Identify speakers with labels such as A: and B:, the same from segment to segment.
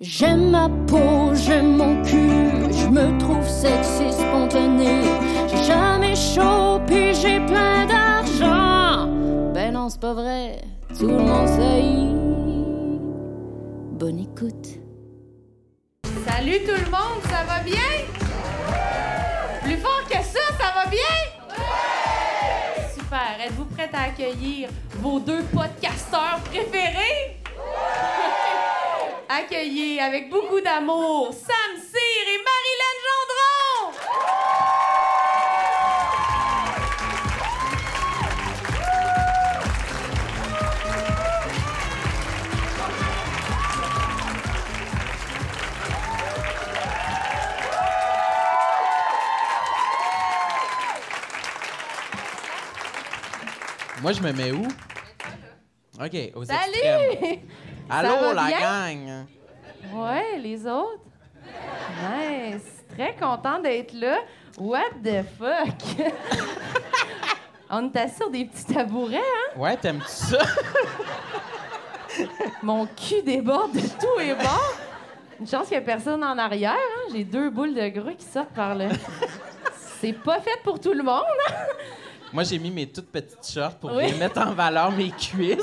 A: J'aime ma peau, j'aime mon cul, je me trouve sexy spontané. J'ai jamais chaud, puis j'ai plein d'argent. Ben non, c'est pas vrai, tout le monde sait. Bonne écoute.
B: Salut tout le monde, ça va bien? Plus fort que ça, ça va bien? Super. Êtes-vous prête à accueillir vos deux podcasteurs préférés? Accueillez avec beaucoup d'amour Sam Cyr et Marilyn Gendron!
C: Moi, je me mets où? OK, aux extrêmes.
B: Salut!
C: Allô,
B: va
C: la
B: bien?
C: gang!
B: Ouais, les autres? Nice! Très content d'être là. What the fuck? On t'assure des petits tabourets, hein?
C: Ouais, t'aimes-tu ça?
B: Mon cul déborde de tout et bon. Une chance qu'il n'y a personne en arrière, hein? J'ai deux boules de gras qui sortent par là. C'est pas fait pour tout le monde, hein?
C: Moi, j'ai mis mes toutes petites shorts pour
B: Oui.
C: bien mettre en valeur mes cuisses.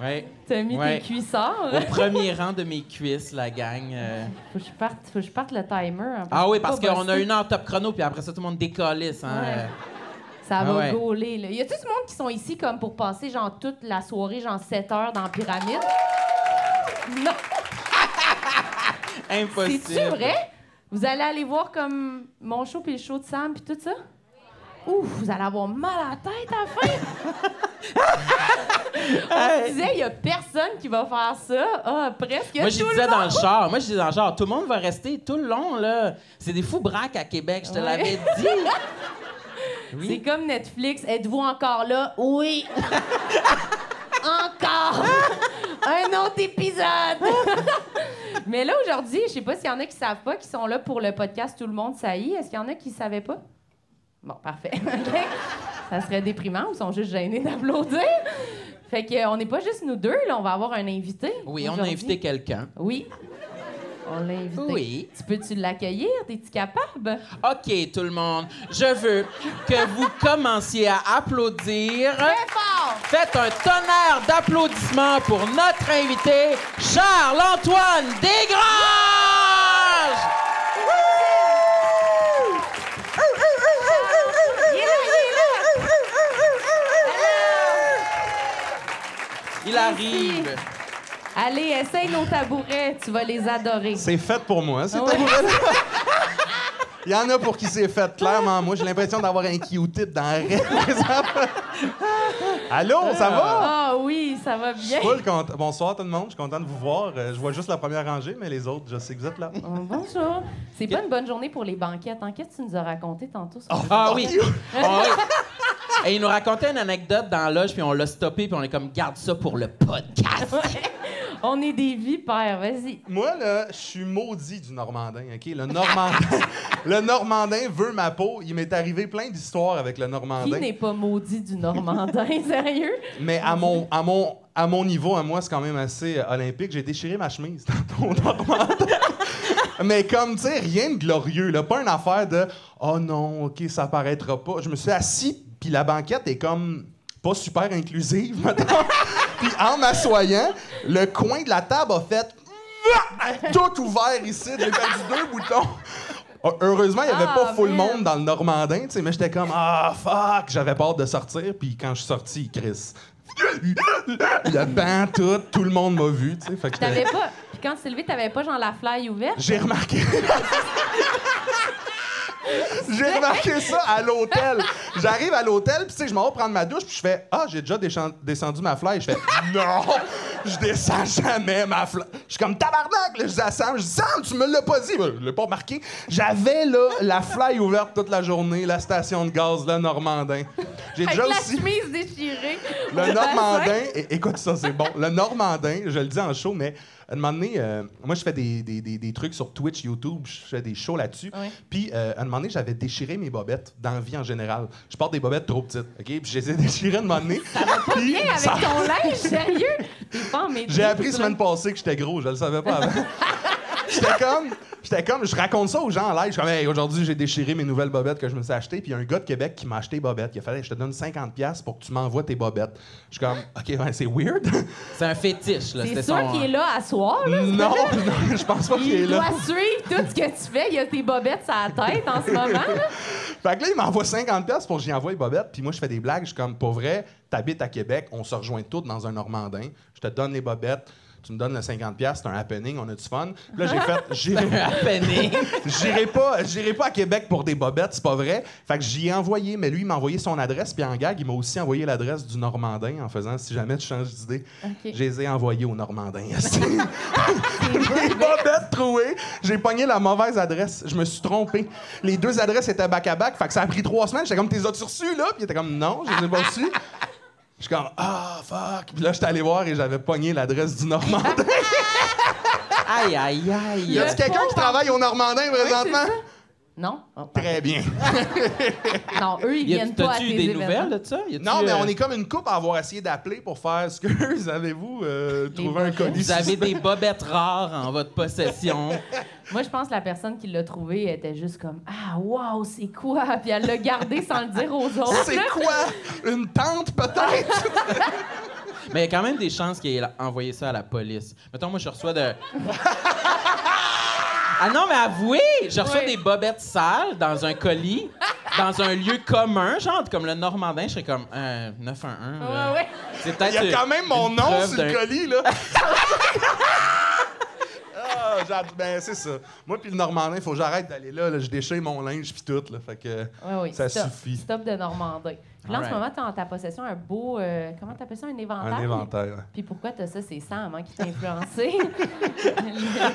C: ouais.
B: T'as mis
C: Ouais.
B: tes cuissards.
C: Au premier rang de mes cuisses, la gang. euh.
B: Faut que je parte, faut que je parte le timer. hein,
C: Ah oui,
B: que
C: parce
B: pas
C: qu'on a
B: bosser.
C: une heure top chrono, puis après ça, tout le monde décollisse. Hein?
B: Ouais.
C: euh.
B: Ça
C: Ah
B: va
C: ouais.
B: gauler, là. Y a tout ce monde qui sont ici comme pour passer, genre, toute la soirée, genre, 7 heures dans la pyramide? Non!
C: Euh, Impossible.
B: C'est-tu vrai? Vous allez aller voir comme mon show puis le show de Sam puis tout ça? Ouf, vous allez avoir mal à la tête à la fin! On disait, il y a personne qui va faire ça. Ah, presque
C: Moi,
B: tout
C: je
B: le
C: disais dans
B: monde.
C: le char. Moi, je disais dans le char. Tout le monde va rester tout le long, là. C'est des fous braques à Québec, je te
B: Ouais.
C: l'avais dit. Oui.
B: C'est comme Netflix. Êtes-vous encore là? Oui! encore! Un autre épisode! Mais là, aujourd'hui, je sais pas s'il y en a qui savent pas, qui sont là pour le podcast Tout le monde saillit. Est-ce qu'il y en a qui savaient pas? Bon, parfait. Ok. Ça serait déprimant ou sont juste gênés d'applaudir? Fait que, euh, on n'est pas juste nous deux, là, on va avoir un invité.
C: Oui, on a
B: aujourd'hui.
C: invité quelqu'un.
B: Oui. On l'a invité.
C: Oui.
B: Tu peux-tu l'accueillir? Es-tu capable?
C: OK, tout le monde, je veux que vous commenciez à applaudir.
B: Très fort!
C: Faites un tonnerre d'applaudissements pour notre invité, Charles-Antoine Desgranges!
B: Il est là, il est là!
C: Il arrive.
B: Allez, essaye nos tabourets, tu vas les adorer.
D: C'est fait pour moi, c'est
B: Ah ouais.
D: Il y en a pour qui c'est fait, clairement. Moi, j'ai l'impression d'avoir un Q-tip dans la raie. Allô, ça va?
B: Ah oui, ça va
D: Je suis
B: bien.
D: full content. Bonsoir tout le monde, je suis content de vous voir. Euh, Je vois juste la première rangée, mais les autres, je sais que vous êtes là.
B: Oh, bonjour. C'est pas une bonne journée pour les banquettes. hein? Qu'est-ce que tu nous as raconté tantôt?
D: Oh.
B: sur-
C: Ah oui. Ah oui. Et il nous racontait une anecdote dans la loge, puis on l'a stoppé, puis on est comme, garde ça pour le podcast.
B: On est des vipères, vas-y.
D: Moi, là, je suis maudit du Normandin, OK? Le Normandin, le Normandin veut ma peau. Il m'est arrivé plein d'histoires avec le
B: Qui
D: Normandin.
B: n'est pas maudit du Normandin, sérieux?
D: Mais à mon, à mon, à mon niveau, à moi, c'est quand même assez euh, olympique. J'ai déchiré ma chemise tantôt au Normandin. Mais comme, tu sais, rien de glorieux. Là. Pas une affaire de « Oh non, OK, ça paraîtra pas. » Je me suis assis, puis la banquette est comme pas super inclusive, mettons. puis en m'assoyant, le coin de la table a fait « Tout ouvert ici. » J'ai perdu deux boutons. Euh, Heureusement, il n'y avait
B: Ah,
D: pas full
B: man.
D: monde dans le Normandin, tu sais, mais j'étais comme ah fuck, j'avais peur de sortir, puis quand je suis sorti, Chris, le banc tout, tout le monde m'a vu, tu sais, fait que
B: T'avais
D: j'étais-
B: pas. Puis quand tu t'es levé, t'avais pas genre la fly ouverte?
D: j'ai remarqué. J'ai remarqué ça à l'hôtel. J'arrive à l'hôtel, puis tu sais, je m'en vais prendre ma douche, puis je fais Ah, j'ai déjà déchan- descendu ma fly. Je fais Non, je descends jamais ma fly. Je suis comme tabarnak, là, je dis à Sam, je dis Sam, tu me l'as pas dit. Ben, Je l'ai pas remarqué. J'avais, là, la fly ouverte toute la journée, la station de gaz, le Normandin. J'ai
B: Avec
D: déjà
B: la
D: aussi.
B: chemise déchirée.
D: Le Normandin, é- écoute ça, c'est bon. Le Normandin, je le dis en show, mais à un moment donné, euh, moi, je fais des, des- des- des trucs sur Twitch, YouTube, je fais des shows là-dessus.
B: Ouais.
D: Puis, euh, à un moment donné, j'avais déchiré mes bobettes dans la vie en général. Je porte des bobettes trop petites, OK? Puis, je les ai déchirées à un moment donné.
B: Bien avec
D: ça-
B: ton linge, sérieux? T'es pas en maîtrise.
D: J'ai appris
B: toi.
D: semaine passée que j'étais gros, je le savais pas avant. j'étais comme, j'étais comme, je raconte ça aux gens en live. Je suis comme, Hey, aujourd'hui, j'ai déchiré mes nouvelles bobettes que je me suis achetées. Puis il y a un gars de Québec qui m'a acheté bobettes. Il a fallu, je te donne 50$ pour que tu m'envoies tes bobettes. Je suis comme, OK, ouais, c'est weird.
C: C'est un fétiche, là.
B: C'est
C: C'était
B: sûr
C: son-
B: qu'il est là à soir, là.
D: non, non, je pense pas qu'il Mm, est
B: Il
D: là.
B: doit suivre tout ce que tu fais. Il a tes bobettes à la tête en ce moment. là.
D: Fait que là, il m'envoie 50$ pour que j'y envoie les bobettes. Puis moi, je fais des blagues. Je suis comme, pour vrai, t'habites à Québec, on se rejoint tous dans un Normandin. Je te donne les bobettes. Tu me donnes le 50$, c'est un happening, on a du fun. Puis Là, j'ai fait, j'irai-
C: Un happening.
D: J'irai pas, j'irai pas à Québec pour des bobettes, c'est pas vrai. Fait que j'y ai envoyé, mais lui, il m'a envoyé son adresse, puis en gag, il m'a aussi envoyé l'adresse du Normandin en faisant si jamais tu changes d'idée.
B: Ok.
D: Je les ai envoyés au Normandin. les bobettes trouées, j'ai pogné la mauvaise adresse. Je me suis trompé. Les deux adresses étaient back à back, fait que ça a pris trois semaines. J'étais comme, t'es as-tu reçu, là? Puis il était comme, non, je les ai pas reçus. Je suis comme, ah, fuck. Puis là, j'étais allé voir et j'avais pogné l'adresse du Normandin.
C: Aïe, aïe, aïe.
D: y a quelqu'un qui travaille au Normandin présentement?
B: Non? Oh, pardon.
D: Très bien.
B: Non, eux, ils
C: Y a-
B: viennent pas à
C: T'as-tu
B: tes
C: eu des
B: événements.
C: nouvelles de ça? Y a-tu,
D: Non, mais
C: euh,
D: on est comme une coupe à avoir essayé d'appeler pour faire ce que avez-vous euh, trouvé un
B: bobettes.
D: colis.
C: Vous avez des bobettes rares en votre possession.
B: Moi, je pense que la personne qui l'a trouvé était juste comme Ah, waouh, c'est quoi? Puis elle l'a gardé sans le dire aux autres.
D: C'est
B: là.
D: quoi? Une tente peut-être?
C: Mais il y a quand même des chances qu'il ait envoyé ça à la police. Mettons, moi, je reçois de. Ah non, mais avouez! Je reçois
B: Ouais.
C: des bobettes sales dans un colis, dans un lieu commun, genre comme le Normandin, je serais comme euh, 911. là.
B: Ouais, ouais.
C: C'est
D: Il
C: peut-être.
D: y a quand
C: euh,
D: même mon
C: une
D: nom
C: preuve
D: sur le
C: d'un-
D: colis, là. Ah, j'ad- ben, c'est ça. Moi, puis le Normandin, faut que j'arrête d'aller là, là. Je déchire mon linge, puis tout. Là. Fait que
B: Ouais, ouais,
D: ça
B: stop.
D: suffit.
B: Stop de Normandin. Puis là, en ce
C: Alright.
B: moment, tu as en ta possession un beau. euh, comment t'appelles ça? Un éventail?
D: Un inventaire.
B: Puis pourquoi t'as ça? C'est Sam hein, qui t'a influencé.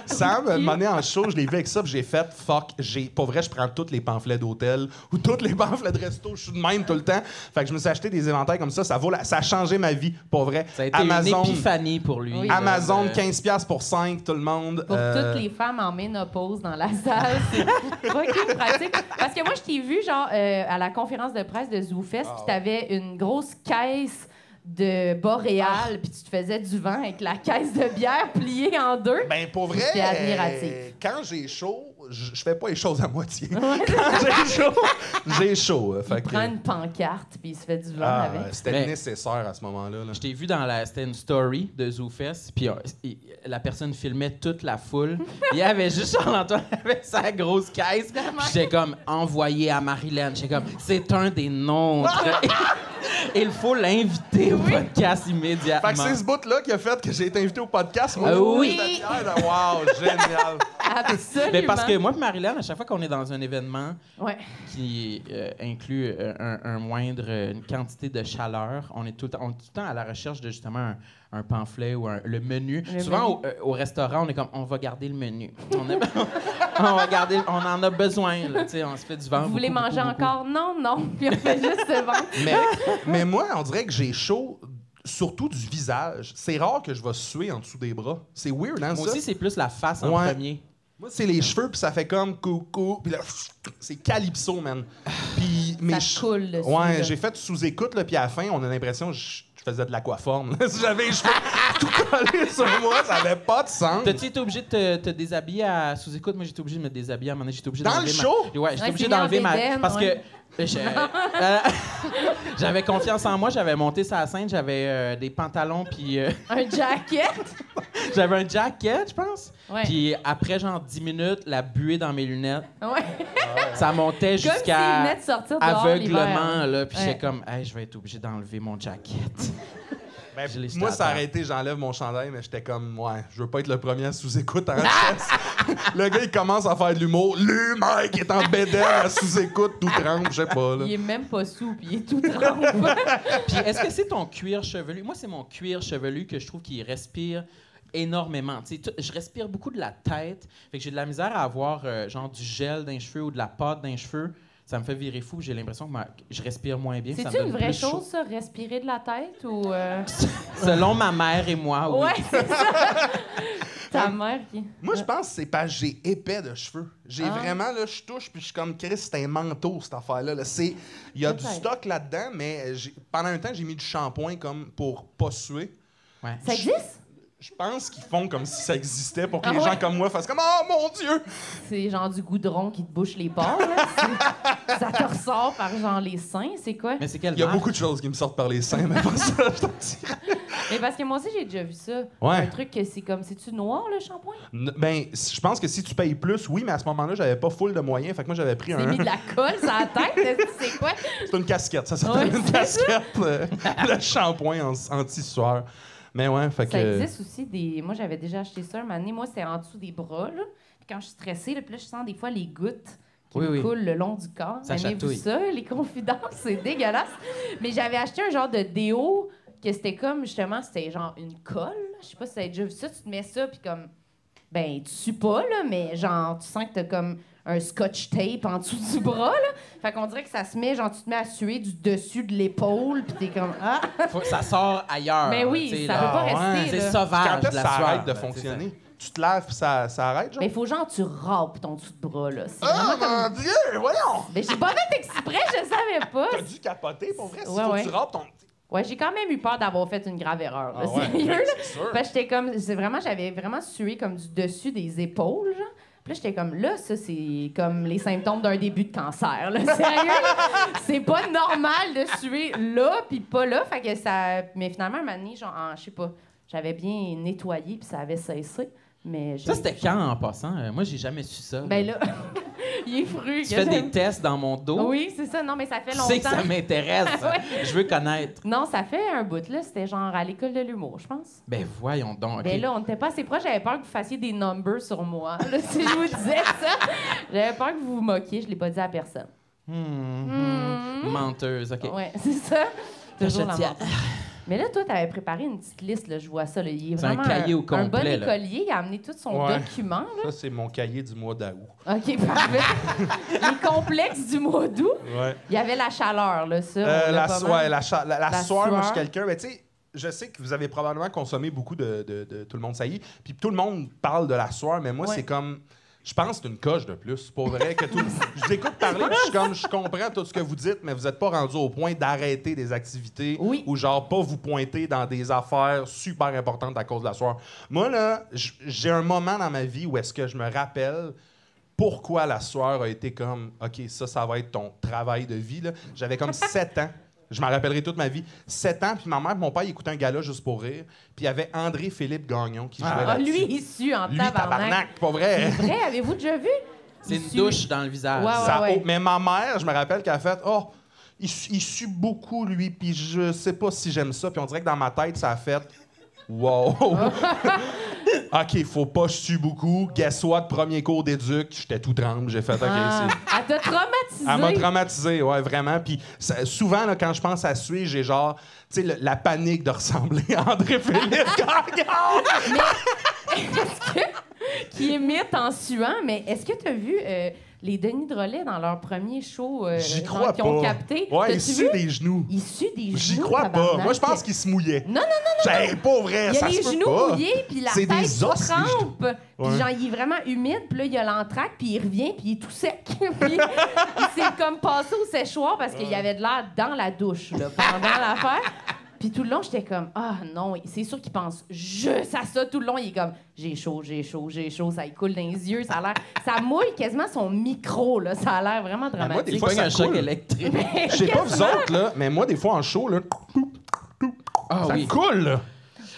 D: Sam, un moment donné, en show, je l'ai vu avec ça, puis j'ai fait fuck. J'ai, pour vrai, je prends tous les pamphlets d'hôtel ou tous les pamphlets de resto. Je suis de même tout le temps. Fait que je me suis acheté des éventails comme ça. Ça, vaut la- ça a changé ma vie, pour vrai.
C: Ça a été
D: Amazon,
C: une euh, épiphanie pour lui.
B: Oui.
C: là,
D: Amazon,
C: de-
D: 15$ pour 5, tout le monde.
B: Pour
D: Euh,
B: toutes les femmes en ménopause dans la salle, c'est fucking pratique. Parce que moi, je t'ai vu, genre, euh, à la conférence de presse de ZooFest,
C: Ah
B: puis t'avais une grosse caisse de boréal, puis tu te faisais du vent avec la caisse de bière pliée en deux.
D: Ben, pour vrai,
B: J'étais admirative.
D: euh, quand j'ai chaud, je je fais pas les choses à moitié. quand j'ai chaud, j'ai chaud. euh, Fait
B: il
D: que-
B: prend une pancarte, puis il se fait du vent
D: Ah,
B: avec.
D: ouais, c'était
C: Mais-
D: nécessaire à ce moment-là. là.
C: Je t'ai vu dans la. C'était une story de ZooFest, puis euh, il- la personne filmait toute la foule. Il y avait juste Charles-Antoine avec sa grosse caisse. Puis j'étais comme envoyé à Marilyn. J'étais comme, c'est un des nôtres. Et Il faut l'inviter au podcast immédiatement.
D: Fait que c'est ce bout-là qui a fait que j'ai été invité au podcast. Moi,
C: Ah
B: oui.
D: j'étais fier de- Wow, génial.
B: Absolument.
C: Mais parce que moi et Marilyn, à chaque fois qu'on est dans un événement
B: Ouais.
C: qui euh, inclut euh, un, un moindre euh, une quantité de chaleur, on est tout le, temps, on est tout le temps à la recherche de justement un, un pamphlet ou un- le menu.
B: Le
C: Souvent
B: menu.
C: Au, euh, au restaurant, on est comme on va garder le menu. On, a- on va garder, on en a besoin. là, tu sais, on se fait du vent.
B: Vous voulez
C: beaucoup,
B: manger
C: beaucoup, beaucoup.
B: encore? Non, non. Puis on fait juste se vendre.
D: Mais, mais moi, on dirait que j'ai chaud, surtout du visage. C'est rare que je vais suer en dessous des bras. C'est weird, hein,
C: Moi
D: ça?
C: aussi, c'est plus la face en
D: Ouais.
C: premier.
D: Moi, c'est les cheveux, puis ça fait comme coucou, puis là, c'est calypso, man. Puis mes
B: te
D: che-
B: coule dessus, là.
D: Ouais, j'ai fait sous-écoute, là, puis à la fin, on a l'impression que je je faisais de l'aquaforme. là. si j'avais les cheveux tout collés sur moi, ça avait pas de sens.
C: T'as-tu été obligé de te, te déshabiller à sous-écoute? Moi, j'étais obligé de me déshabiller à un moment donné, J'étais obligé
D: Dans le
C: d'enlever ma-
D: show?
C: Ouais, j'étais
B: Ouais,
C: obligé
B: c'est mis en
C: d'enlever ma...
B: bédaine,
C: Parce que...
B: ouais.
C: je- euh, j'avais confiance en moi, j'avais monté sa scène, j'avais euh, des pantalons, puis euh,
B: Un jacket.
C: j'avais un jacket, je pense.
B: Ouais.
C: Puis après, genre 10 minutes, la buée dans mes lunettes,
B: Ouais.
C: ça montait
B: Comme s'il venait
C: jusqu'à
B: de sortir dehors
C: aveuglement,
B: l'hiver.
C: là. Puis
B: Ouais.
C: j'étais comme, hey, je vais être obligé d'enlever mon jacket.
D: Ben,
C: Je l'ai jeté
D: moi,
C: à
D: ça a
C: terre.
D: arrêté, j'enlève mon chandail, mais j'étais comme, ouais, je veux pas être le premier à sous-écoute en chess. le gars, il commence à faire de l'humour. Lui, mec, est en bédaine à sous-écoute, tout trempe, je sais pas, là.
B: Il est même pas sous, puis il est tout trempé.
C: Puis est-ce que c'est ton cuir chevelu? Moi, c'est mon cuir chevelu que je trouve qu'il respire énormément. Tu sais, tout- je respire beaucoup de la tête. Fait que j'ai de la misère à avoir euh, genre du gel d'un cheveu ou de la pâte d'un cheveu. Ça me fait virer fou. J'ai l'impression que ma- que je respire moins bien. ça me
B: C'est-tu une
C: donne
B: vraie
C: plus chaud.
B: chose, ça, respirer de la tête ou. euh,
C: Selon ma mère et moi, oui.
B: Ouais, c'est ça. Ta mère qui.
D: Moi, je pense que c'est parce que j'ai épais de cheveux. J'ai
B: Ah.
D: vraiment, là, je touche, puis je suis comme, Chris, c'est un manteau, cette affaire-là. là. C'est- Il y a du
B: Peut-être.
D: stock là-dedans, mais j'ai- pendant un temps, j'ai mis du shampoing comme pour pas suer.
C: Ouais.
B: Ça existe?
D: Je pense qu'ils font comme si ça existait pour que
B: Ah
D: les
B: ouais?
D: gens comme moi fassent comme Oh mon Dieu!
B: C'est genre du goudron qui te bouche les pores. là. C'est- ça te ressort par genre les seins, c'est quoi?
C: Mais c'est quelle
D: Il y a
B: Ah.
C: marque?
D: beaucoup de choses qui me sortent par les seins, mais pas ça, je t'en dirais.
B: Mais parce que moi aussi, j'ai déjà vu ça.
D: Ouais.
B: Un truc que c'est comme, c'est-tu noir le shampoing?
D: N- Ben, si- je pense que si tu payes plus, oui, mais à ce moment-là, j'avais pas full de moyens. Fait que moi, j'avais pris
B: C'est
D: un.
B: mis de la colle sur la tête? C'est quoi?
D: C'est une casquette, ça s'appelle
B: Ouais,
D: une
B: c'est
D: casquette. euh, Le, shampoing en- anti-sueur. Mais ouais, fait que.
B: Ça existe aussi des. Moi, j'avais déjà acheté ça un moment donné. Moi, c'est en dessous des bras, là. Puis quand je suis stressée, là, puis là, je sens des fois les gouttes qui
C: Oui,
B: me
C: oui.
B: coulent le long du corps.
C: Ça
B: Aimez-vous
C: chatouille.
B: ça, les confidences, c'est dégueulasse. Mais j'avais acheté un genre de déo que c'était comme, justement, c'était genre une colle. là. Je sais pas si t'as déjà vu ça. Tu te mets ça, puis comme. Ben, tu sues pas, là, mais genre, tu sens que t'as comme un scotch tape en dessous du bras, là. Fait qu'on dirait que ça se met, genre, tu te mets à suer du dessus de l'épaule, puis t'es comme, ah!
C: Faut- ça sort ailleurs.
B: Mais Ben oui,
C: tu sais,
B: ça
C: là.
B: peut pas
D: Ah ouais.
B: rester. là.
C: C'est
D: Quand
C: sauvage
D: est-ce
C: de
D: que
C: la
D: ça
C: sueur,
D: arrête de
C: là, c'est ça.
D: fonctionner? Tu te laves, puis ça, ça arrête, genre?
B: Mais faut genre tu rapes ton dessous de bras là. C'est
D: Ah,
B: vraiment comme.
D: mon Dieu, voyons!
B: Mais j'ai pas fait exprès, je savais pas.
D: T'as dû capoter, pour vrai? Si
B: Ouais,
D: faut que
B: ouais.
D: tu rapes ton.
B: Ouais, j'ai quand même eu peur d'avoir fait une grave erreur. là,
D: Ah ouais,
B: sérieux, là.
D: c'est sûr.
B: Parce que j'étais comme, c'est vraiment, j'avais vraiment sué comme du dessus des épaules. genre. Puis là, j'étais comme, là, ça, c'est comme les symptômes d'un début de cancer. Là. Sérieux, là, c'est pas normal de suer là, puis pas là. Fait que ça... Mais finalement, un moment donné, genre, en- je sais pas, j'avais bien nettoyé, puis ça avait cessé. Mais j'ai-
C: Ça, c'était quand en passant? Euh, Moi, j'ai jamais su ça.
B: Ben là, il est fru.
C: tu
B: que
C: fais
B: j'aime
C: des tests dans mon dos.
B: Oui, c'est ça. Non, mais ça fait
C: Oh. Tu
B: longtemps.
C: sais que ça m'intéresse.
B: Ah
C: Je veux connaître.
B: non, ça fait un bout, là. C'était genre à l'école de l'humour, je pense.
C: Ben voyons donc. ok.
B: Mais là, on n'était pas assez proches. J'avais peur que vous fassiez des numbers sur moi. Là, si je vous disais ça, j'avais peur que vous vous moquiez. Je l'ai pas dit à personne.
C: Hmm, hmm. Menteuse, OK.
B: Ouais, c'est ça. Toujours la
C: Cachetia-
B: menteuse. Mais là, toi, t'avais préparé une petite liste, là, je vois ça. Là. Il est
C: C'est un
B: vraiment
C: cahier au
B: un bon
C: complet, là.
B: écolier. Il a amené tout son
D: Ouais.
B: document. là.
D: Ça, c'est mon cahier du mois d'août.
B: OK, parfait. Les complexes du mois d'août.
D: Ouais.
B: Il y avait la chaleur, là, ça.
D: Euh,
B: on l'a
D: la,
B: pas
D: so-
B: mal.
D: ouais, la, cha- la- la
B: La
D: soir, moi, je suis
B: sueur.
D: quelqu'un. Mais tu sais, je sais que vous avez probablement consommé beaucoup de, de- de Tout le monde saillit. Puis tout le monde parle de la soir, mais moi,
B: Ouais.
D: c'est comme. Je pense que c'est une coche de plus. C'est pas vrai que tout. je vous écoute parler, puis je suis comme, je comprends tout ce que vous dites, mais vous n'êtes pas rendu au point d'arrêter des activités
B: Oui.
D: ou genre pas vous pointer dans des affaires super importantes à cause de la soirée. Moi, là, j- j'ai un moment dans ma vie où est-ce que je me rappelle pourquoi la soirée a été comme OK, ça, ça va être ton travail de vie. là. J'avais comme 7 ans. Je m'en rappellerai toute ma vie. 7 ans, puis ma mère et mon père ils écoutaient un gala juste pour rire. Puis il y avait André-Philippe Gagnon qui jouait
B: Ah,
D: là-dessus.
B: lui, il sue en
D: Lui,
B: tabarnak.
D: tabarnak, pas vrai.
B: Hey, avez-vous déjà vu?
C: C'est
B: Il
C: une
B: sue.
C: douche dans le visage.
B: Ah, Ouais, ouais.
D: Ça- oh, mais ma mère, je me rappelle qu'elle a fait Oh, il, su- il sue beaucoup, lui, puis je sais pas si j'aime ça. Puis on dirait que dans ma tête, ça a fait Wow! OK, faut pas que je sue beaucoup. Guess what? Premier cours d'éduc, j'étais tout tremble. J'ai fait OK,
B: Ah,
D: c'est.
B: elle t'a traumatisé.
D: Elle m'a traumatisé, ouais, vraiment. Puis ça- souvent, là, quand je pense à suer, j'ai genre, tu sais, le- la panique de ressembler à André-Philippe Gagnon.
B: Euh, Qui imite en suant, mais est-ce que t'as vu euh, les Denis Drolet dans leur premier show euh,
D: J'y
B: genre,
D: crois
B: qui
D: pas.
B: ont capté?
D: Ouais,
B: T'as-tu
D: il sue
B: vu?
D: des genoux.
B: Ils suent des genoux.
D: J'y crois pas.
B: tabarnak.
D: Moi, je pense qu'il se mouillait.
B: Non, non, non,
D: C'est pas vrai,
B: il y a
D: ça
B: les
D: se peut
B: genoux
D: pas.
B: mouillés, puis la
D: C'est
B: tête
D: des os, les genoux.
B: trempe. Puis
D: Ouais.
B: genre, il est vraiment humide, puis là, il y a l'entraque, puis il revient, puis il est tout sec. Puis il s'est comme passé au séchoir parce qu'il y avait de l'air dans la douche, là, pendant l'affaire. Puis tout le long, j'étais comme, ah non, c'est sûr qu'il pense juste à ça. Tout le long, il est comme, j'ai chaud, j'ai chaud, j'ai chaud, ça lui coule dans les yeux, ça a l'air. Ça mouille quasiment son micro, là. Ça a l'air vraiment
D: Ben, des
B: dramatique.
C: Il
D: fois,
C: pogne
D: ça
C: un choc
D: coule.
C: électrique.
D: Je sais pas vous autres, là, mais moi, des fois, en show, là,
C: Ah
D: ça
C: oui.
D: coule, là.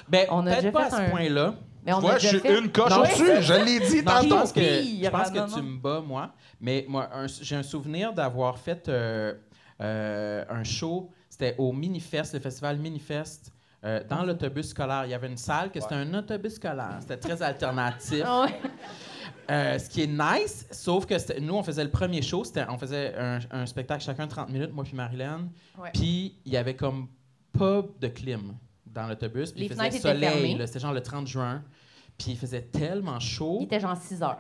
C: Ben,
B: On a déjà
C: peut-être pas à
B: fait
C: ce
B: un-
C: point-là.
B: Mais on
D: Moi,
B: a
D: je
B: déjà
D: suis
B: fait-
D: une coche
C: Non,
D: au-dessus. Je l'ai dit
C: Non, je
D: tantôt.
C: pense que, je
B: Pire,
C: pense que
B: non, non.
C: tu me bats, moi. Mais moi, un- j'ai un souvenir d'avoir fait euh, euh, un show. C'était au Minifest, le festival Minifest, euh, dans
B: Mmh.
C: l'autobus scolaire. Il y avait une salle que c'était un autobus scolaire. C'était très alternatif.
B: Ah ouais.
C: Euh, ce qui est nice, sauf que c'était- nous, on faisait le premier show. c'était- On faisait un, un spectacle chacun 30 minutes, moi puis Marilyn.
B: Ouais.
C: Puis il y avait comme pas de clim dans l'autobus. Puis
B: Les
C: il faisait
B: fenêtres étaient fermées.
C: soleil. là, C'était genre le 30 juin. Puis il faisait tellement
B: Il
C: chaud.
B: était genre 6 heures,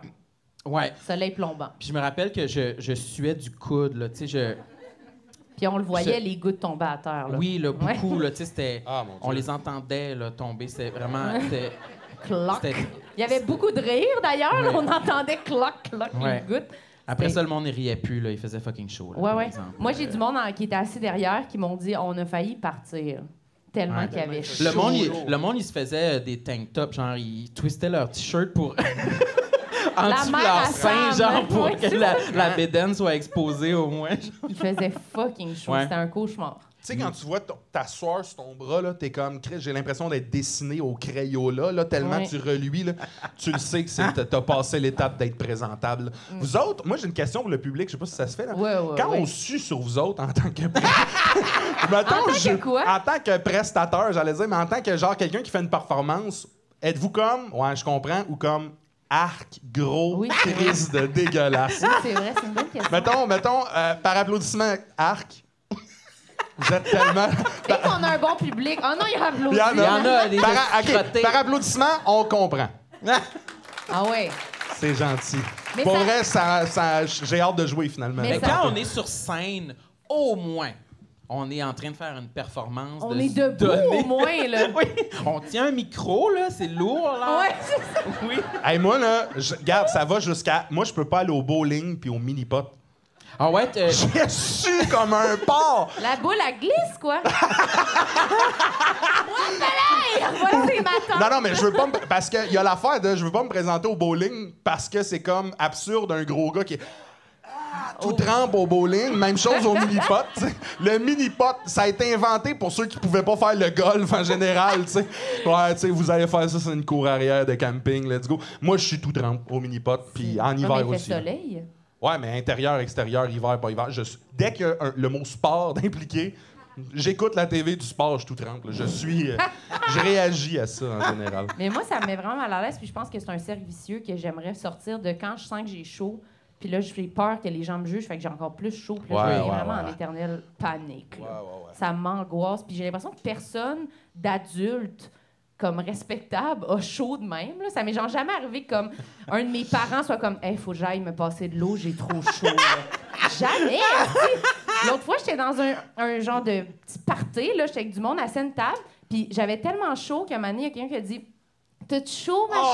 C: Ouais.
B: soleil plombant.
C: Puis je me rappelle que je, je suais du coude, là, tu sais, je...
B: Puis on le voyait,
C: C'est-
B: les gouttes tombaient à terre. Là.
C: Oui, là,
B: Ouais.
C: beaucoup, là, tu sais, c'était...
D: Ah, mon Dieu.
C: on les entendait, là, tomber, c'était vraiment... c'était-
B: Cloc.
C: c'était-
B: Il y avait beaucoup de rire d'ailleurs. là.
C: Ouais.
B: On entendait cloc, cloc, les
C: Ouais.
B: gouttes.
C: Après
B: C'était-
C: ça, le monde ne riait plus, là, il faisait fucking chaud, là,
B: Ouais,
C: par
B: ouais.
C: exemple.
B: Moi, j'ai du monde en- qui était assis derrière qui m'ont dit on a failli partir. tellement
C: Ouais.
B: qu'il y avait
C: Le
B: chaud.
C: monde, il, le monde, il se faisait euh, des tank tops, genre, ils twistaient leur t-shirt pour. en
B: La
C: dessous de
B: mère
C: leur
B: à
C: sein,
B: Sam. hein,
C: genre, pour
B: Ouais,
C: que
B: tu
C: la, la bédaine soit exposée au moins. genre.
B: Il faisait fucking chaud.
C: Ouais.
B: C'était un cauchemar.
D: Tu sais, quand tu vois ton- ta soeur sur ton bras, là, t'es comme, Chris, j'ai l'impression d'être dessiné au crayola, là, tellement
B: Ouais.
D: tu reluis, là. tu le sais que c'est- t'as- t'as passé l'étape d'être présentable. Vous autres, moi, j'ai une question pour le public, je sais pas si ça se fait, là.
B: Mm. Ouais, ouais,
D: quand
B: ouais.
D: on sue sur vous autres en tant que. Mettons,
B: En tant que
D: je-
B: quoi?
D: En tant que prestateur, j'allais dire, mais en tant que genre quelqu'un qui fait une performance, êtes-vous comme, ouais, je comprends, ou comme arc, gros,
B: Oui, c'est vrai.
D: Chris de dégueulasse?
B: Oui, c'est vrai, c'est une bonne question.
D: mettons, mettons, euh, par applaudissement, arc. Vous êtes tellement.
B: Dès qu'on a un bon public. Oh non, il y a applaudi.
D: Il y en a.
C: Il y en a des
D: Par,
C: petits
D: ok,
C: crottés.
D: par applaudissement, on comprend.
B: Ah ouais.
D: C'est gentil.
B: Mais
D: Pour
B: ça-
D: vrai, ça, ça- j'ai hâte de jouer finalement.
B: Mais
C: Mais
B: ça-
C: quand on est sur scène, au moins, on est en train de faire une performance.
B: On
C: de
B: est
C: se
B: debout
C: donner.
B: au moins, là.
C: oui, on tient un micro, là, c'est lourd, là.
B: Ouais, c'est ça.
C: Oui.
D: Hey, moi, là, je- regarde, ça va jusqu'à. Moi, je peux pas aller au bowling puis au mini-pot.
C: Ah ouais, t'es-
D: J'ai su comme un porc.
B: La boule, elle glisse, quoi. What the hell? Voilà, c'est ma tante.
D: Non, non, mais je veux pas me. Parce qu'il y a l'affaire de. Je veux pas me présenter au bowling parce que c'est comme absurde un gros gars qui est. Ah,
B: Oh.
D: Tout trempe au bowling, même chose au mini-pot. tu sais. Le mini-pot, ça a été inventé pour ceux qui pouvaient pas faire le golf en général. tu sais. Ouais, tu sais, vous allez faire ça, c'est une cour arrière de camping, let's go. Moi, je suis tout trempe au mini-pot, puis en
B: Ouais, mais
D: hiver
B: il fait
D: aussi.
B: soleil.
D: Ouais, mais intérieur, extérieur, hiver, pas hiver. Je suis- Dès qu'il y a un- le mot sport d'impliqué, j'écoute la TV du sport, je suis tout trempe. là. Je suis. euh, je réagis à ça en général.
B: Mais moi, ça me met vraiment mal à l'aise. Puis je pense que c'est un cercle vicieux que j'aimerais sortir de quand je sens que j'ai chaud. Puis là, j'ai peur que les gens me jugent. Fait que j'ai encore plus chaud. Puis là, je
D: Ouais,
B: me mets
D: ouais,
B: vraiment
D: ouais.
B: en éternelle panique. là. Ça m'angoisse. Puis j'ai l'impression que personne d'adulte comme respectable a chaud de même. là. Ça m'est genre jamais arrivé que comme un de mes parents soit comme Hey, faut que j'aille me passer de l'eau, j'ai trop chaud. là. jamais! esti. L'autre fois, j'étais dans un, un genre de petit party, là, j'étais avec du monde à scène table, puis j'avais tellement chaud qu'à un moment donné, il y a quelqu'un qui a dit T'as-tu chaud, ma
D: Oh,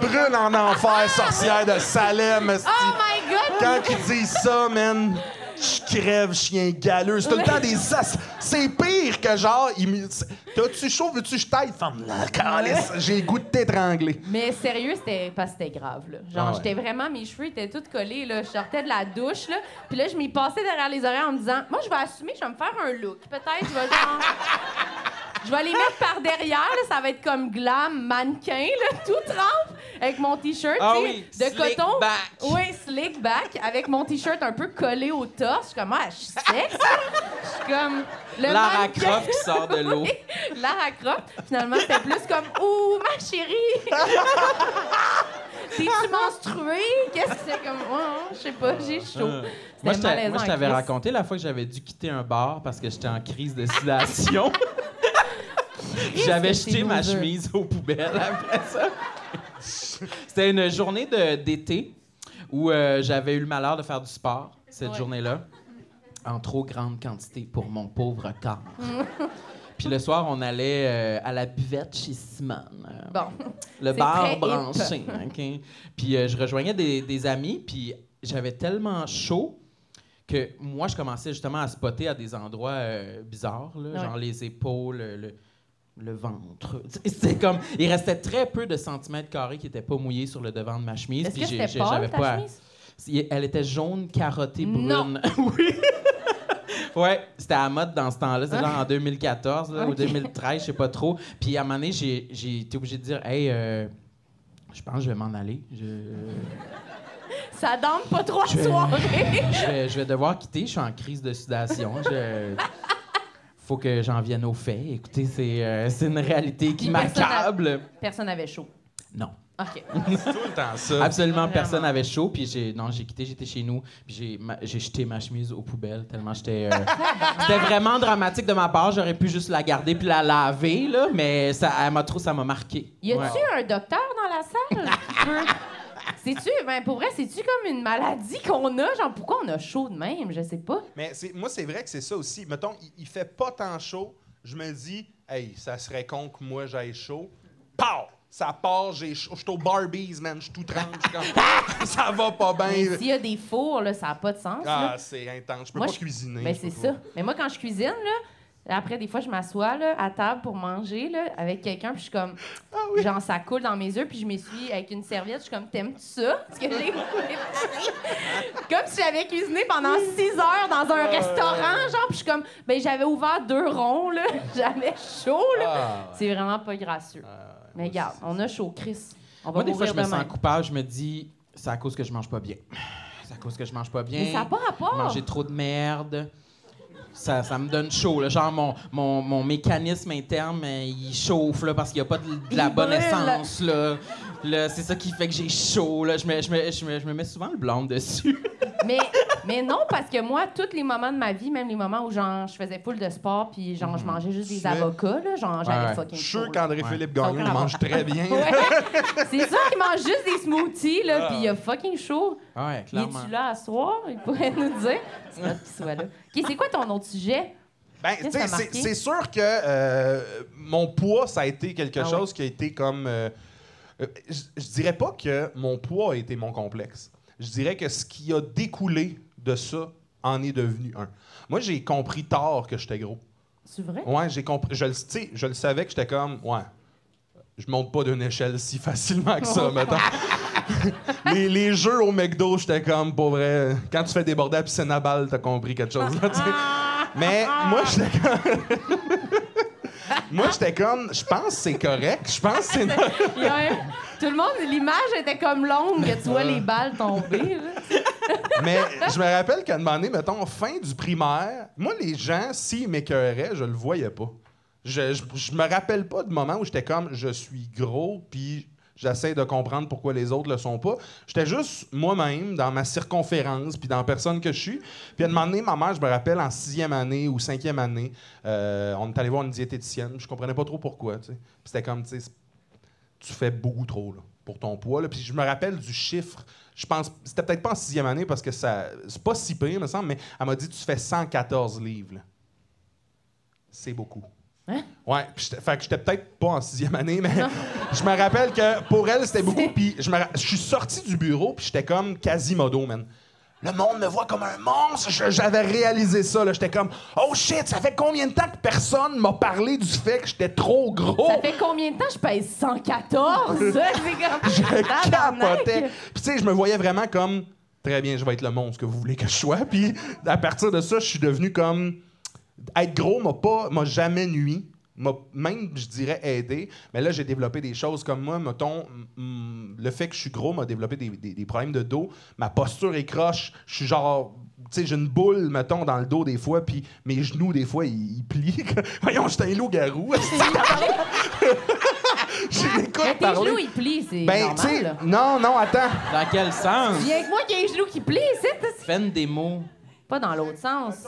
B: chérie?
D: brûle en enfer, sorcière de Salem. esti.
B: Oh my god!
D: Quand ils disent ça, man, je crève, chien galeux. C'est tout le temps des as. C'est pire que genre, ils me- T'as-tu chaud, veux-tu que je t'aille? Femme, la calisse, j'ai le goût de t'étrangler.
B: Mais sérieux, c'était pas c'était grave là. Genre
D: Ah ouais.
B: j'étais vraiment mes cheveux étaient tous collés là, je sortais de la douche là, puis là je m'y passais derrière les oreilles en me disant "Moi je vais assumer, je vais me faire un look. Peut-être je vais genre Je vais les mettre par derrière, là, ça va être comme glam, mannequin, là, tout trempe, avec mon t-shirt
C: Ah
B: tu sais,
C: oui,
B: de
C: slick
B: coton.
C: back.
B: Oui, slick back, avec mon t-shirt un peu collé au torse. Je suis comme, ah, je suis sexy. Je suis comme. Le
C: Lara
B: mannequin-
C: Croft qui sort de l'eau.
B: Oui, Lara Croft. Finalement, c'était plus comme, ouh, ma chérie. T'es-tu menstruée? Qu'est-ce que c'est comme, Ouais, ouais, je sais pas, j'ai chaud. C'était
C: Ah. Moi, je t'a-
B: malaisant
C: moi, je
B: en
C: t'avais
B: crise.
C: raconté la fois que j'avais dû quitter un bar parce que j'étais en crise de sidation. j'avais
B: que c'est
C: jeté ma
B: loser.
C: chemise aux poubelles après ça. C'était une journée de- d'été où euh, j'avais eu le malheur de faire du sport cette
B: Ouais.
C: journée-là en trop grande quantité pour mon pauvre corps. Puis le soir, on allait euh, à la buvette chez Simone. euh,
B: Bon.
C: le
B: C'est
C: bar
B: très hip.
C: branché. ok? Puis euh, je rejoignais des, des amis, puis j'avais tellement chaud que moi, je commençais justement à spotter à des endroits euh, bizarres, là,
B: Ouais.
C: genre les épaules, le, le ventre. C'est comme, il restait très peu de centimètres carrés qui n'étaient pas mouillés sur le devant de ma chemise.
B: Est-ce
C: puis
B: que
C: j'ai-
B: c'était
C: j'ai-
B: pâle,
C: j'avais
B: ta
C: pas à-
B: chemise?
C: Si- Elle était jaune, carottée,
B: Non.
C: brune. oui. Ouais, c'était à la mode dans ce temps-là. C'était genre en 2014 là,
B: Ah.
C: ou
B: Ok.
C: 2013, je sais pas trop. Puis à un moment donné, j'ai- j'ai été obligé de dire Hey, euh, je pense que je vais m'en aller. Je,
B: Ça dame pas trois
C: Je-
B: soirées.
C: je vais, je vais devoir quitter. Je suis en crise de sudation. Je- Faut que j'en vienne aux faits. Écoutez, c'est euh, c'est une réalité qui
B: Puis personne n'a-
C: m'accable.
B: Personne n'avait chaud.
C: Non.
B: OK.
D: C'est tout le temps ça.
C: Absolument
B: Vraiment.
C: personne n'avait chaud, puis j'ai non, j'ai quitté, j'étais chez nous, puis j'ai ma- j'ai jeté ma chemise aux poubelles tellement j'étais euh, c'était vraiment dramatique de ma part, j'aurais pu juste la garder puis la laver là, mais ça elle m'a trop ça m'a marqué.
B: Y a-tu
C: Ouais.
B: un docteur dans la salle? Peu. C'est-tu, ben pour vrai, c'est-tu comme une maladie qu'on a? Genre, pourquoi on a chaud de même? Je sais pas.
D: Mais c'est- moi, c'est vrai que c'est ça aussi. Mettons, il, il fait pas tant chaud. Je me dis, hey, ça serait con que moi j'aille chaud. Pow! Ça part, j'ai chaud. Je suis au Barbies, man. Je suis tout tremble. Je suis comme, Ah! ça va pas bien.
B: S'il y a des fours, là, ça n'a pas de sens. là.
D: Ah, c'est intense. Je peux
B: Moi,
D: pas
B: je-
D: cuisiner.
B: Ben,
D: je peux
B: c'est
D: pas.
B: ça. Mais moi, quand je cuisine, là, Après, des fois, je m'assois là, à table pour manger là, avec quelqu'un, puis je suis comme,
D: Ah oui.
B: genre, ça coule dans mes yeux, puis je m'essuie avec une serviette, je suis comme, t'aimes-tu ça? Parce que j'ai Comme si j'avais cuisiné pendant six heures dans un restaurant, genre, puis je suis comme, ben j'avais ouvert deux ronds, là, j'avais chaud, là.
D: Ah, ouais.
B: C'est vraiment pas gracieux.
D: Ah, ouais,
B: Mais
D: moi
B: regarde,
D: aussi.
B: on a chaud, Chris. On va
C: Moi, des fois, je
B: mourir
C: me
B: demain.
C: sens coupable. Je me dis, c'est à cause que je mange pas bien. C'est à cause que je mange pas bien.
B: Mais ça n'a pas rapport.
C: Manger trop de merde. Ça, ça me donne chaud. Là. Genre, mon, mon, mon mécanisme interne, euh, il chauffe là, parce qu'il n'y a pas de, de la
B: Il
C: bonne
B: brûle.
C: essence. Là. Là, c'est ça qui fait que j'ai chaud. Là. Je, me, je, me, je, me, je me mets souvent le blâme dessus.
B: Mais, mais non, parce que moi, tous les moments de ma vie, même les moments où genre, je faisais full de sport, puis genre,
D: Mhm.
B: je mangeais juste des
D: Fais-
B: avocats, là, genre,
C: Ouais,
B: j'avais
C: ouais.
D: Je
B: fucking
D: suis sûr
B: chaud, là.
D: qu'André-Philippe
B: Ouais.
D: Gagnon le mange très bien.
B: Ouais. C'est sûr qu'il mange juste des smoothies,
D: Ah.
B: là, puis il a fucking chaud.
C: Ouais,
B: Il
C: clairement.
B: est-tu là à soir? Il pourrait nous dire. C'est pas qu'il soit là. OK, c'est quoi ton autre sujet?
D: Ben,
B: Qu'est-ce
D: tu
B: que
D: sais,
B: t'as
D: c'est-
B: marqué?
D: c'est sûr que euh, mon poids, ça a été quelque
B: Ah ouais.
D: chose qui a été comme. euh, euh, je je dirais pas que mon poids a été mon complexe. Je dirais que ce qui a découlé de ça en est devenu un. Moi, j'ai compris tard que j'étais gros.
B: C'est vrai?
D: Ouais, j'ai compris. Je le, tu sais, je le savais que j'étais comme, ouais, je monte pas d'une échelle si facilement que ça, mettons. les, les jeux au McDo, j'étais comme, pour vrai, quand tu fais déborder à piscine à balles, t'as compris quelque chose. Là, tu sais. Mais moi, j'étais comme. moi, j'étais comme, je pense que c'est correct. Je pense que c'est.
B: Il y a un- Tout le monde, l'image était comme longue, que tu vois les balles tomber. là.
D: Mais je me rappelle qu'à demander, mettons, fin du primaire, moi, les gens, s'ils m'écœuraient, je le voyais pas. Je, je, je me rappelle pas de moment où j'étais comme, je suis gros, puis j'essaie de comprendre pourquoi les autres le sont pas. J'étais juste moi-même, dans ma circonférence, puis dans la personne que je suis. Puis à demander, ma mère, je me rappelle, en sixième année ou cinquième année, euh, on est allé voir une diététicienne, puis je comprenais pas trop pourquoi, tu sais. Puis c'était comme, tu sais, c'est- tu fais beaucoup trop, là, pour ton poids, là. Puis je me rappelle du chiffre je pense, c'était peut-être pas en sixième année parce que ça, c'est pas si pire, me semble, mais elle m'a dit tu fais 114 livres. là. C'est beaucoup.
B: Hein?
D: Ouais, puis j'étais- fait que j'étais peut-être pas en sixième année, mais je me rappelle que pour elle, c'était beaucoup. Puis je, me ra- je suis sorti du bureau, puis j'étais comme Quasimodo, man. Le monde me voit comme un monstre. Je- J'avais réalisé ça. là. J'étais comme, oh shit, ça fait combien de temps que personne m'a parlé du fait que j'étais trop gros?
B: Ça fait combien de temps je pèse 114? C'est comme...
D: je
B: Tabarnak!
D: capotais. Puis tu sais, je me voyais vraiment comme très bien, je vais être le monstre que vous voulez que je sois. Puis à partir de ça, je suis devenu comme être gros m'a pas m'a jamais nui, m'a même je dirais aidé, mais là j'ai développé des choses comme moi, mettons mm, le fait que je suis gros m'a développé des, des- des problèmes de dos, ma posture est croche, je suis genre tu sais, j'ai une boule, mettons, dans le dos des fois, puis mes genoux, des fois, ils, ils plient. Voyons, je suis un loup-garou. je
B: Mais
D: l'écoute
B: tes
D: parler.
B: genoux, ils plient, c'est
D: Ben, tu
B: normal.
D: sais,
B: là.
D: non, non, attends.
C: Dans quel sens?
B: Il y a que moi qui ai les genoux qui plient, c'est c'est-
C: Fais des mots.
B: pas dans l'autre sens.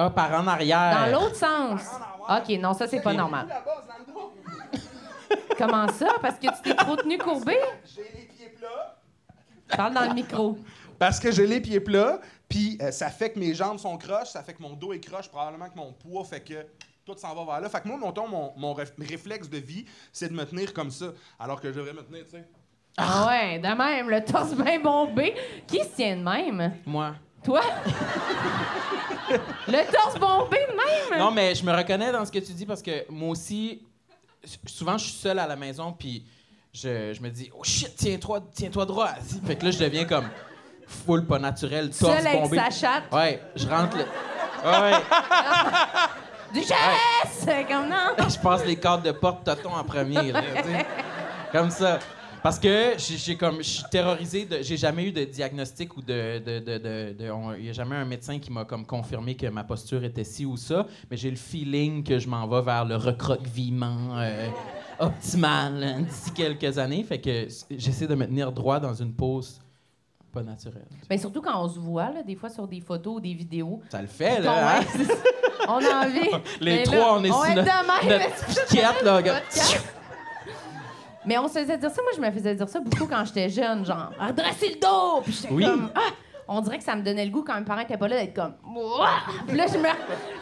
C: Ah, par en
B: Dans
C: arrière.
B: l'autre sens. OK, non, ça, c'est pas normal. Comment ça? Parce que tu t'es trop tenu courbé? Parle dans le micro.
D: Parce que j'ai les pieds plats, puis euh, ça fait que mes jambes sont croches, ça fait que mon dos est croche, probablement que mon poids fait que tout s'en va vers là. Fait que moi, mon ton, mon, mon ref- réflexe de vie, c'est de me tenir comme ça, alors que je devrais me tenir, tu sais.
B: Ah ouais, de même, le torse bien bombé. Qui se tient de même?
C: Moi.
B: Toi? le torse bombé de même?
C: Non, mais je me reconnais dans ce que tu dis parce que moi aussi, s- souvent, je suis seul à la maison, puis je, je me dis, oh shit, tiens-toi tiens -toi droit. assis. Fait que là, je deviens comme full pas naturel, torse
B: Seul avec
C: bombé.
B: sa chatte.
C: Ouais, je rentre le. Ouais,
B: Du chasse! Comme non!
C: ouais, je passe les cartes de porte toton en premier, là, tu sais. Comme ça. Parce que j'ai j'ai comme, je suis terrorisé. de- J'ai jamais eu de diagnostic ou de, de, de, de- de- on- il y a jamais un médecin qui m'a comme confirmé que ma posture était ci ou ça. Mais j'ai le feeling que je m'en vais vers le recroquevillement euh, optimal hein, d'ici quelques années. Fait que s- j'essaie de me tenir droit dans une pose pas naturelle.
B: Mais surtout quand on se voit, là, des fois sur des photos ou des vidéos.
C: Ça le fait
B: Ton-
C: là. hein?
B: ouais, c'est ça. on a envie.
C: Les
B: Mais
C: trois,
B: là,
C: on est sur
B: est
C: notre,
B: de même.
C: notre piquette là. regarde.
B: Mais on se faisait dire ça. Moi, je me faisais dire ça beaucoup quand j'étais jeune, genre « redresser le dos! » Puis j'étais
C: Oui.
B: comme « Ah! » On dirait que ça me donnait le goût quand mes parents étaient pas là d'être comme « Ouah! Puis là, je me...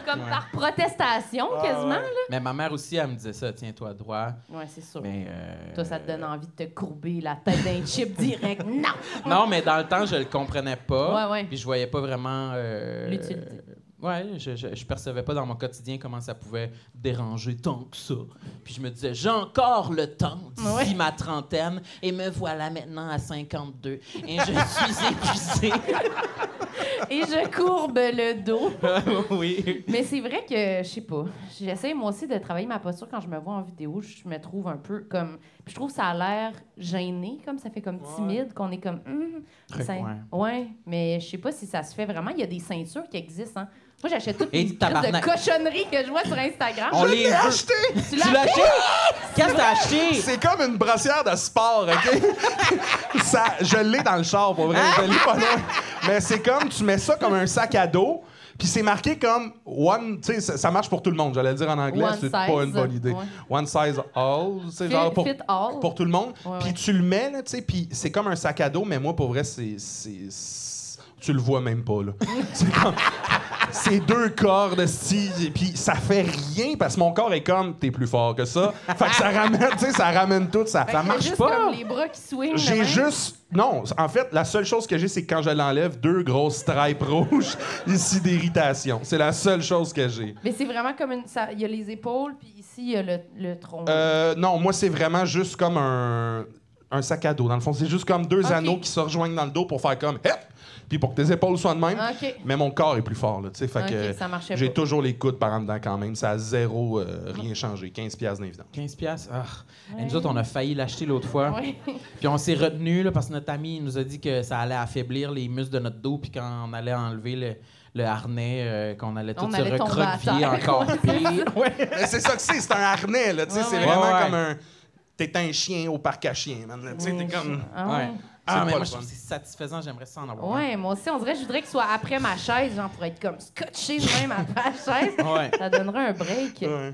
B: Comme par protestation, quasiment, là.
C: Mais ma mère aussi, elle me disait ça, tiens-toi droit.
B: Ouais, c'est sûr.
C: Mais euh,
B: Toi, ça te donne envie de te courber la tête d'un chip direct. Non!
C: Non, mais dans le temps, je le comprenais pas.
B: Ouais, ouais.
C: Puis je voyais pas vraiment euh,
B: L'utilité.
C: Ouais, je, je, je percevais pas dans mon quotidien comment ça pouvait déranger tant que ça. Puis je me disais, j'ai encore le temps d'ici
B: Ouais.
C: ma trentaine, et me voilà maintenant à 52, et je suis épuisé.
B: Et je courbe le dos.
C: oui.
B: Mais c'est vrai que, je sais pas, j'essaie moi aussi de travailler ma posture quand je me vois en vidéo. Je me trouve un peu comme. Puis je trouve ça a l'air gêné, comme ça fait comme timide, qu'on est comme. Hum,
C: Très
B: ça-
C: coin.
B: ouais, mais je sais pas si ça se fait vraiment. Il y a des ceintures qui existent, hein. Moi, j'achète toutes
C: Et
B: les crises de
C: tabarnak.
B: cochonneries que je vois sur Instagram.
C: On les
D: l'ai
C: veut.
D: acheté!
C: Tu l'as acheté? Qu'est-ce que t'as acheté?
D: C'est comme une brassière de sport, OK? ça, je l'ai dans le char, pour vrai. Je l'ai pas loin. Mais c'est comme, tu mets ça comme un sac à dos, puis c'est marqué comme one, tu sais, ça, ça marche pour tout le monde. J'allais le dire en anglais,
B: One
D: c'est pas
B: size,
D: une bonne idée.
B: ouais.
D: One size all, c'est
B: Fit-
D: genre pour,
B: fit all.
D: pour tout le monde.
B: Ouais,
D: puis
B: ouais.
D: tu le mets, là, tu sais, puis c'est comme un sac à dos, mais moi, pour vrai, c'est. c'est- c'est- Tu le vois même pas, là. c'est comme. C'est deux cordes, si, puis ça fait rien parce que mon corps est comme t'es plus fort que ça. Fait que ça ramène, tu sais, ça ramène tout, ça, ça
B: Fait que
D: marche
B: juste
D: pas.
B: comme les bras qui swingent. de
D: J'ai
B: même.
D: juste. Non, en fait, la seule chose que j'ai, c'est que quand je l'enlève, deux grosses stripes rouges ici d'irritation. C'est la seule chose que j'ai.
B: Mais c'est vraiment comme une. ça- Il y a les épaules, puis ici, il y a le, le tronc.
D: Euh, non, moi, c'est vraiment juste comme un, un sac à dos. Dans le fond, c'est juste comme deux
B: Ok.
D: anneaux qui se rejoignent dans le dos pour faire comme hep, puis pour que tes épaules soient de même.
B: Ah, Ok.
D: Mais mon corps est plus fort, là, tu sais. Fait
B: Ok,
D: que
B: ça marchait
D: j'ai
B: pas.
D: toujours les coudes par en dedans quand même. Ça a zéro, euh, rien changé. 15 piastres d'invidence.
C: 15 piastres. Ah. Et nous autres, on a failli l'acheter l'autre fois.
B: Ouais.
C: Puis on s'est retenu là, parce que notre ami il nous a dit que ça allait affaiblir les muscles de notre dos. Puis quand on allait enlever le, le harnais, euh, qu'on allait tout
B: On
C: se
B: allait tomber à
C: recroqueviller
B: terre.
C: encore pire. Ouais.
D: Mais c'est ça que c'est, c'est un harnais, là, tu sais.
B: Ouais,
D: c'est
B: ouais.
D: vraiment
C: Ouais, ouais.
D: comme un. T'es un chien au parc à chiens, man. là, Tu sais, t'es comme.
B: Ah
C: Ouais.
B: ouais.
C: Ah,
D: pas
C: mais
D: le
C: moi, je
D: fun.
C: trouve que c'est satisfaisant. J'aimerais ça en avoir.
B: Ouais, moi aussi, on dirait, je voudrais que ce soit après ma chaise, genre pour être comme scotché de même après la chaise.
C: un. Ouais.
B: Ça donnerait un break.
D: Ouais.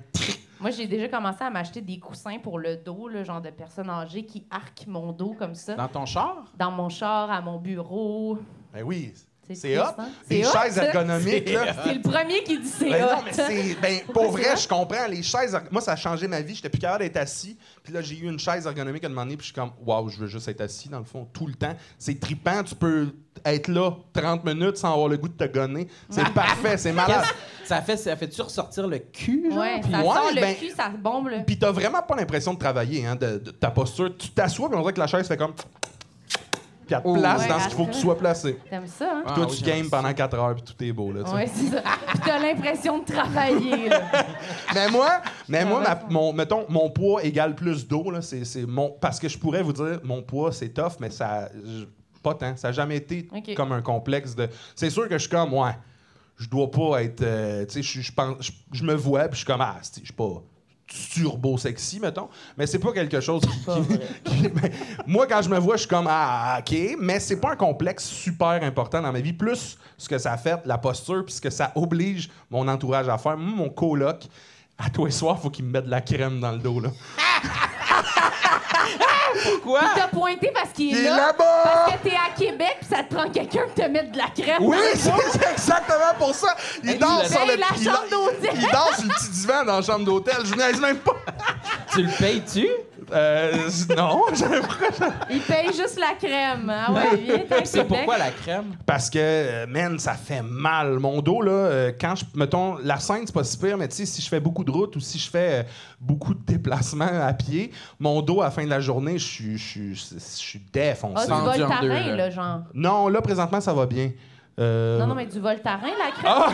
B: Moi, j'ai déjà commencé à m'acheter des coussins pour le dos, le genre de personnes âgées qui arquent mon dos comme ça.
C: Dans ton char?
B: Dans mon char, à mon bureau.
D: Ben oui.
B: C'est
D: C'est hot.
B: triste, hein?
D: Des
B: C'est hot,
D: chaises
B: ça.
D: ergonomiques, là.
B: C'est le premier qui dit c'est
D: Ben
B: hot.
D: non, mais c'est. Ben,
B: Pourquoi
D: pour vrai,
B: c'est
D: je comprends. Les chaises. erg- Moi, ça a changé ma vie. J'étais plus capable d'être assis. Puis là, j'ai eu une chaise ergonomique à demander. Puis je suis comme, waouh, je veux juste être assis, dans le fond, tout le temps. C'est trippant. Tu peux être là 30 minutes sans avoir le goût de te gonner. C'est parfait. C'est malade.
C: Ça fait, ça fait-tu ressortir le cul?
B: Ah, bah.
C: Genre?
B: Ouais,
C: Puis-
B: ça
D: ouais,
B: sort le
D: ben-
B: cul, ça bombe. Là.
D: Puis t'as vraiment pas l'impression de travailler, hein, de, de ta posture. Tu t'assois, puis on dirait que la chaise fait comme. Puis elle te
C: Oh.
D: place
B: Ouais,
D: dans ce qu'il faut que tu sois placé.
B: T'aimes ça, hein?
C: Ah,
D: Toi,
C: oui,
D: tu
C: j'aime
D: games
C: ça.
D: pendant 4 heures, puis tout est beau, là. tu sais.
B: Ouais, c'est ça. Puis t'as l'impression de travailler, là.
D: Mais moi, mais moi
B: Ah,
D: ma- mon, mettons, mon poids égale plus d'eau. Là, c'est, c'est mon, parce que je pourrais vous dire, mon poids, c'est tough, mais ça. je- pas tant. Ça n'a jamais été
B: Ok.
D: comme un complexe de. C'est sûr que je suis comme, ouais, je dois pas être. euh, tu sais, je- je pense- je je me vois, puis je suis comme, ah, c'est- je suis pas turbo sexy, mettons. Mais c'est pas quelque chose qui-
B: Pas vrai.
D: qui- mais moi, quand je me vois, je suis comme Ah, OK, mais c'est pas un complexe super important dans ma vie. Plus ce que ça a fait, la posture, puis ce que ça oblige mon entourage à faire. Moi, mon coloc, à tous les soirs, faut qu'il me mette de la crème dans le dos. Là.
C: Quoi?
B: T'as pointé parce qu'il
D: Il
B: est
D: est
B: là.
D: là-bas!
B: Parce que t'es à Québec, puis ça te prend quelqu'un pour te mettre de la crème.
D: Oui, c'est exactement pour ça.
C: Hey,
D: Il danse
C: tu
D: sur
B: l'as-
D: le
B: Hey, la
D: il-
B: chambre
D: il-
B: d'hôtel.
D: Il danse sur le petit divan dans la chambre d'hôtel. Je niaise même pas.
C: Tu le payes-tu?
D: Euh, non, j'aime pas.
B: Il paye juste la crème. Ah ouais, viens, t'es à Québec. Ah,
C: C'est pourquoi la crème?
D: Parce que, euh, man, ça fait mal. Mon dos, là, euh, quand je. Mettons, la scène, c'est pas si pire, mais tu sais, si je fais beaucoup de route ou si je fais euh, beaucoup de déplacements à pied, mon dos, à la fin de la journée, je suis- je suis je suis
B: Ah,
D: défoncé.
B: du
C: Sans dire en deux,
B: Voltaren,
C: là.
B: là, genre.
D: Non, là, présentement, ça va bien. Euh,
B: Non, non, mais du Voltaren, la crème.
D: Ah!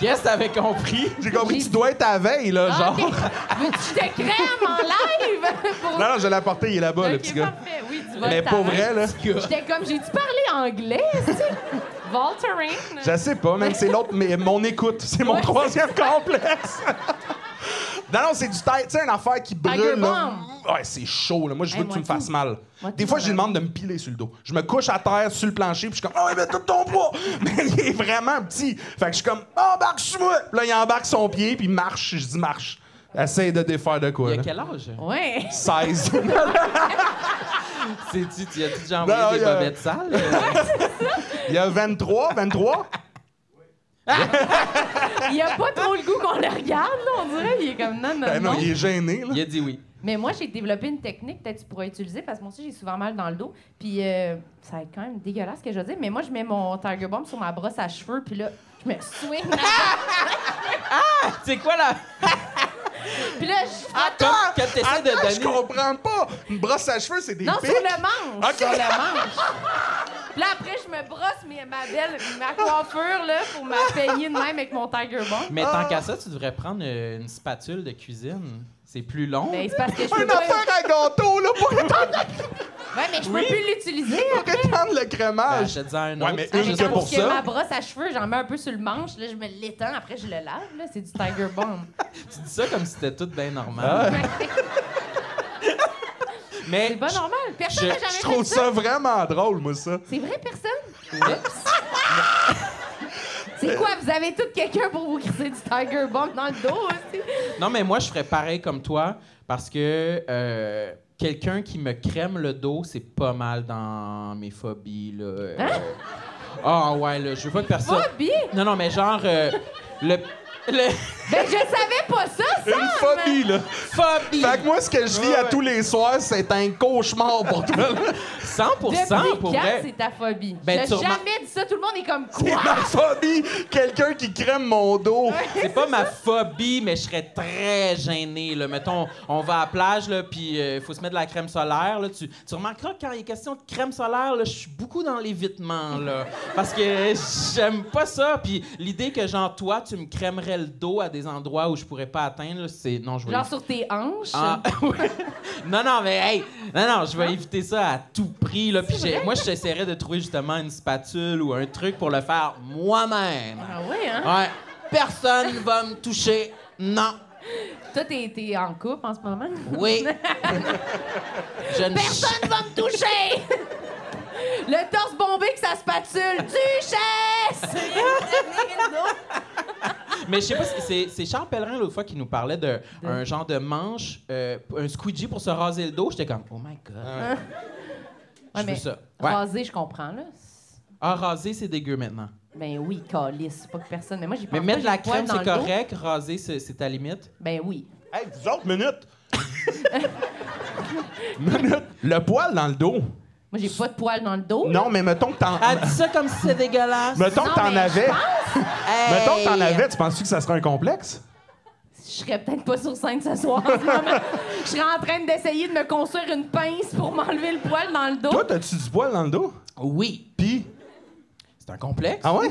C: Qu'est-ce que t'avais compris?
D: J'ai compris que
B: J'ai-
D: tu dois être à la veille, là,
B: Ah,
D: genre.
B: ok. Veux-tu des crèmes en live? Pour...
D: Non, non, je l'ai apporté, il est là-bas, le
B: Ok,
D: petit gars.
B: parfait. Oui, du Voltaren.
D: Mais pour vrai, là.
B: J'étais comme, j'ai-tu parlé anglais, tu sais? Voltaren.
D: Je sais pas, même c'est l'autre, mais mon écoute, c'est mon troisième complexe. non, non, c'est du tête, tu sais, une affaire qui brûle.
B: Tiger
D: Là. Ouais, c'est chaud, là. Moi, je veux
B: Hey,
D: que
B: moi
D: tu me
B: tout.
D: fasses mal.
B: Moi
D: Des
B: tout,
D: fois,
B: ma
D: je lui
B: belle.
D: demande de me piler sur le dos. Je me couche à terre, sur le plancher, puis je suis comme, oh, mais tout ton poids! Mais il est vraiment petit. Fait que je suis comme, embarque sur moi! Puis là, il embarque son pied, puis il marche. Je dis, marche. Essaye de défaire de
C: Il
D: quoi,
C: y a
D: là.
C: quel âge?
B: Ouais.
D: 16.
C: Sais-tu, tu as-tu déjà
D: Non,
C: envoyé
D: il
C: des
D: y a-
C: bobettes sales? euh?
D: il y a 23, 23?
B: Il a pas trop le goût qu'on le regarde, là, on dirait. Il est comme, non, non,
D: Ben
B: non.
D: non, il est gêné, là.
C: Il a dit oui.
B: Mais moi, j'ai développé une technique, peut-être tu pourrais utiliser, parce que moi aussi, j'ai souvent mal dans le dos. Puis euh, ça va être quand même dégueulasse ce que je veux dire, mais moi, je mets mon Tiger Bomb sur ma brosse à cheveux, puis là, je Je me swing.
C: C'est quoi la.
B: Puis là, je.
C: Comme, quand t'essaies
D: Attends,
C: de
D: je
C: donner.
D: comprends pas. Une brosse à cheveux, c'est des
B: Non,
D: pics.
B: sur le manche.
D: OK.
B: Sur le manche. Puis là, après, je me brosse mes- ma belle, ma coiffure, là, pour m'appeigner de même avec mon Tiger Bomb.
C: Mais
D: Ah!
C: tant qu'à ça, tu devrais prendre euh, une spatule de cuisine. C'est plus long.
B: Mais Ben, c'est parce que je peux
D: Un
B: pas...
D: affaire à gâteau, là, pour étendre,
B: Ouais, mais je peux plus l'utiliser. Ah,
D: pour étendre le
C: Ben,
D: crémage.
C: achète-en un
D: Ouais,
C: autre.
D: mais
C: tu sais,
D: une
C: juste
D: que
B: Quand
D: pour
B: je
D: ça.
B: ma brosse à cheveux, j'en mets un peu sur le manche, là, je me l'étends, après je le lave, là, c'est du Tiger Bomb.
C: Tu dis ça comme si c'était tout bien normal.
D: Ah.
C: Mais
B: c'est pas normal. Personne
C: je-
B: n'a jamais
D: Je
B: fait
D: trouve
B: ça.
D: ça vraiment drôle, moi, ça.
B: C'est vrai, personne? c'est quoi, vous avez tout quelqu'un pour vous crisser du Tiger Bomb dans le dos aussi?
C: Non, mais moi, je ferais pareil comme toi parce que euh, quelqu'un qui me crème le dos, c'est pas mal dans mes phobies. Là. Euh,
B: Hein?
C: Ah, ouais, là, je veux pas que personne.
B: Phobie?
C: Non, non, mais genre, euh, le. Le.
B: Ben, je savais pas ça, ça!
D: Une phobie, là.
C: Phobie!
D: Fait que moi, ce que je lis
C: Ouais,
D: à
C: ouais.
D: tous les soirs, c'est un cauchemar pour toi. là.
C: 100
B: Depuis
C: pour
B: quand
C: vrai.
B: c'est ta phobie?
C: Ben,
B: J'ai
C: tu remar-
B: jamais dit ça, tout le monde est comme
D: C'est
B: quoi?
D: ma phobie. Quelqu'un qui crème mon dos.
C: C'est pas ma phobie, mais je serais très gêné. Là. Mettons, on va à la plage, là, puis euh, faut se mettre de la crème solaire. Là. Tu, tu remarqueras que quand il est question de crème solaire, là, je suis beaucoup dans l'évitement. Là, parce que j'aime pas ça. Puis l'idée que, genre, toi, tu me crèmerais le dos à des endroits où je pourrais pas atteindre, là, c'est. Non, je vais
B: Genre
C: éviter-
B: sur tes hanches?
C: Ah, ouais. Non, non, mais hey! Non, non, je vais éviter ça à tout prix. Là, puis
B: Hein? C'est
C: j'ai-
B: vrai?
C: moi, j'essaierais de trouver justement une spatule ou un truc pour le faire moi-même.
B: Ah ouais, hein?
C: Ouais. Personne va me toucher. Non.
B: Toi, t'es t'es en couple en ce moment?
C: Oui. Je ne
B: Personne va me toucher! Le torse bombé que ça spatule. Duchesse!
C: Mais je sais pas, si c'est- c'est Charles Pellerin l'autre fois qui nous parlait d'un genre de manche, euh, un squeegee pour se raser le dos. J'étais comme, oh my God. Je veux ça. Ouais.
B: rasé, je comprends, là.
C: Ah, raser, c'est dégueu maintenant.
B: Ben oui, calice, pas que personne. Mais moi, j'ai pas
C: Mais
B: envie
C: mettre de
B: que j'ai
C: la
B: le poil
C: crème, c'est
B: dans le dos.
C: correct. Raser, c'est c'est ta limite.
B: Ben oui.
D: Hey, vous autres, minute. minute. Le poil dans le dos.
B: Moi, j'ai pas de poils dans le dos.
D: Non, mais mettons que t'en...
C: Elle dit ça comme si c'était dégueulasse.
D: Mettons
B: Ah, Non,
D: que t'en
B: mais
D: avais.
C: Hey!
D: Mettons que t'en avais, tu penses-tu que ça serait un complexe?
B: Je serais peut-être pas sur scène ce soir. en ce moment. Je serais en train d'essayer de me construire une pince pour m'enlever le poil dans le dos.
D: Toi, t'as-tu du poil dans le dos?
C: Oui.
D: Pis?
C: C'est un complexe.
D: Ah ouais?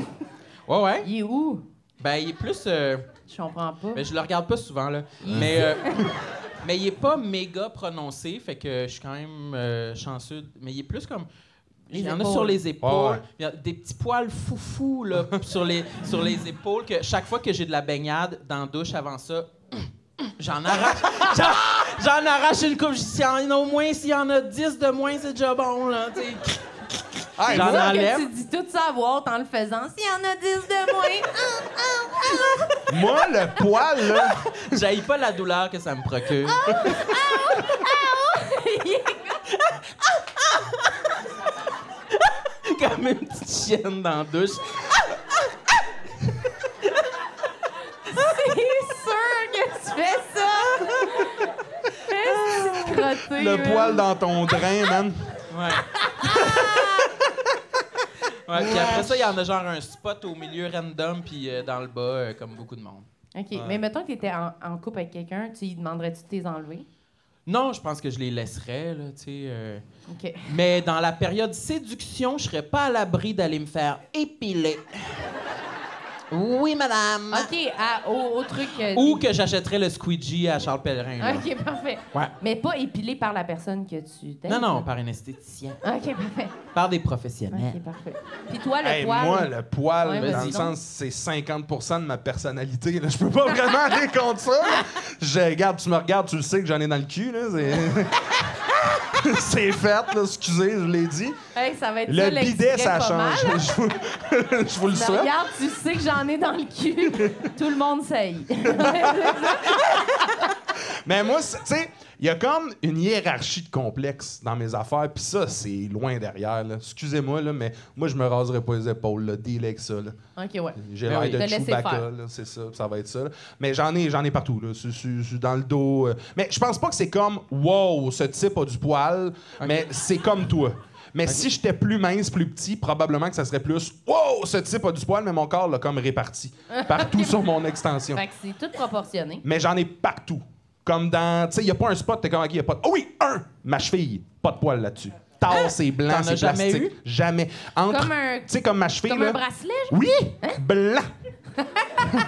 C: Ouais, ouais.
B: Il est où?
C: Ben, il est plus. euh,
B: Je comprends pas.
C: Mais je le regarde pas souvent, là.
D: Mm.
C: Mais, euh, mais il est pas méga prononcé, fait que je suis quand même euh, chanceux. Mais il est plus comme.
B: Les
C: Il y en a
B: épaules.
C: sur les épaules.
D: Ouais, ouais.
C: Il y a des petits poils foufou là, sur, les, sur les épaules que chaque fois que j'ai de la baignade dans la douche avant ça, j'en arrache. j'en- j'en arrache une coupe. Je dis, S'il y en a au moins, s'il y en a 10 de moins, c'est déjà bon. Là, tu sais.
D: Hey,
C: J'en
D: moi,
B: Ça
C: enlève.
B: que tu dis tout savoir en le faisant. S'il y en a 10 de moins, hein?
D: moi, le poil, là,
C: J'haïs pas la douleur que ça me procure. Comme une petite chienne dans la douche.
B: c'est sûr que tu fais ça! Est-ce que tu te crotté,
D: le
B: man?
D: poil dans ton drain, man.
C: Ouais. ouais puis après ça, il y en a genre un spot au milieu random, puis euh, dans le bas, euh, comme beaucoup de monde.
B: OK, mais mettons que tu étais en, en couple avec quelqu'un, tu lui demanderais-tu de les enlever?
C: Non, je pense que je les laisserais, là, tu sais. euh.
B: OK.
C: Mais dans la période séduction, je serais pas à l'abri d'aller me faire épiler. Oui, madame.
B: OK, à- au, au truc. euh,
C: Ou
B: des-
C: que j'achèterais le squeegee à Charles Pellerin. là.
B: OK, parfait.
C: Ouais.
B: Mais pas épilé par la personne que tu t'aimes.
C: Non, non, par un esthéticien.
B: OK, parfait.
C: Par des
B: OK,
C: professionnels.
B: parfait. Puis toi, le
D: Hey,
B: poil.
D: moi, le poil,
B: Ouais,
D: dans
B: vas-y
D: le
B: donc.
D: sens, c'est 50 de ma personnalité. là. Je peux pas vraiment aller contre ça. Je regarde, tu me regardes, tu le sais que j'en ai dans le cul. Là. C'est... c'est fait, là, excusez, je l'ai dit.
B: Hey, ça va être ça,
D: Le bidet,
B: l'extrait
D: ça
B: pas mal.
D: change. Je vous, je vous le
B: Mais
D: souhaite.
B: regarde, tu sais que j'en ai dans le cul. Tout le monde sait.
D: Mais moi, c'est- tu sais, il y a comme une hiérarchie de complexe dans mes affaires, puis ça, c'est loin derrière. là. Excusez-moi, là, mais moi, je me raserai pas les épaules, là, deal avec ça. là.
B: OK, ouais.
D: J'ai
C: Ben
D: l'air
C: oui.
D: de
B: De laisser
D: Chewbacca,
B: faire.
D: là, c'est ça, ça va être ça. là. Mais j'en ai, j'en ai partout, là, sur- sur- sur- dans le dos. euh. Mais je pense pas que c'est comme « wow, ce type a du poil mais c'est comme toi ». Mais si j'étais plus mince, plus petit, probablement que ça serait plus « wow, ce type a du poil mais mon corps l'a comme réparti partout sur mon extension.
B: Fait que c'est tout proportionné.
D: Mais j'en ai partout. Comme dans, tu sais, il n'y a pas un spot, t'es comme, OK, il a pas de... Oh oui, un! Ma cheville, pas de poil là-dessus.
B: Ah!
D: Tasse, c'est blanc,
C: T'en
D: c'est
C: as jamais
D: plastique. Jamais. Entre,
B: Comme un-
D: Tu sais, comme ma cheville,
B: Comme
D: là.
B: un bracelet, genre?
D: Oui! Blanc!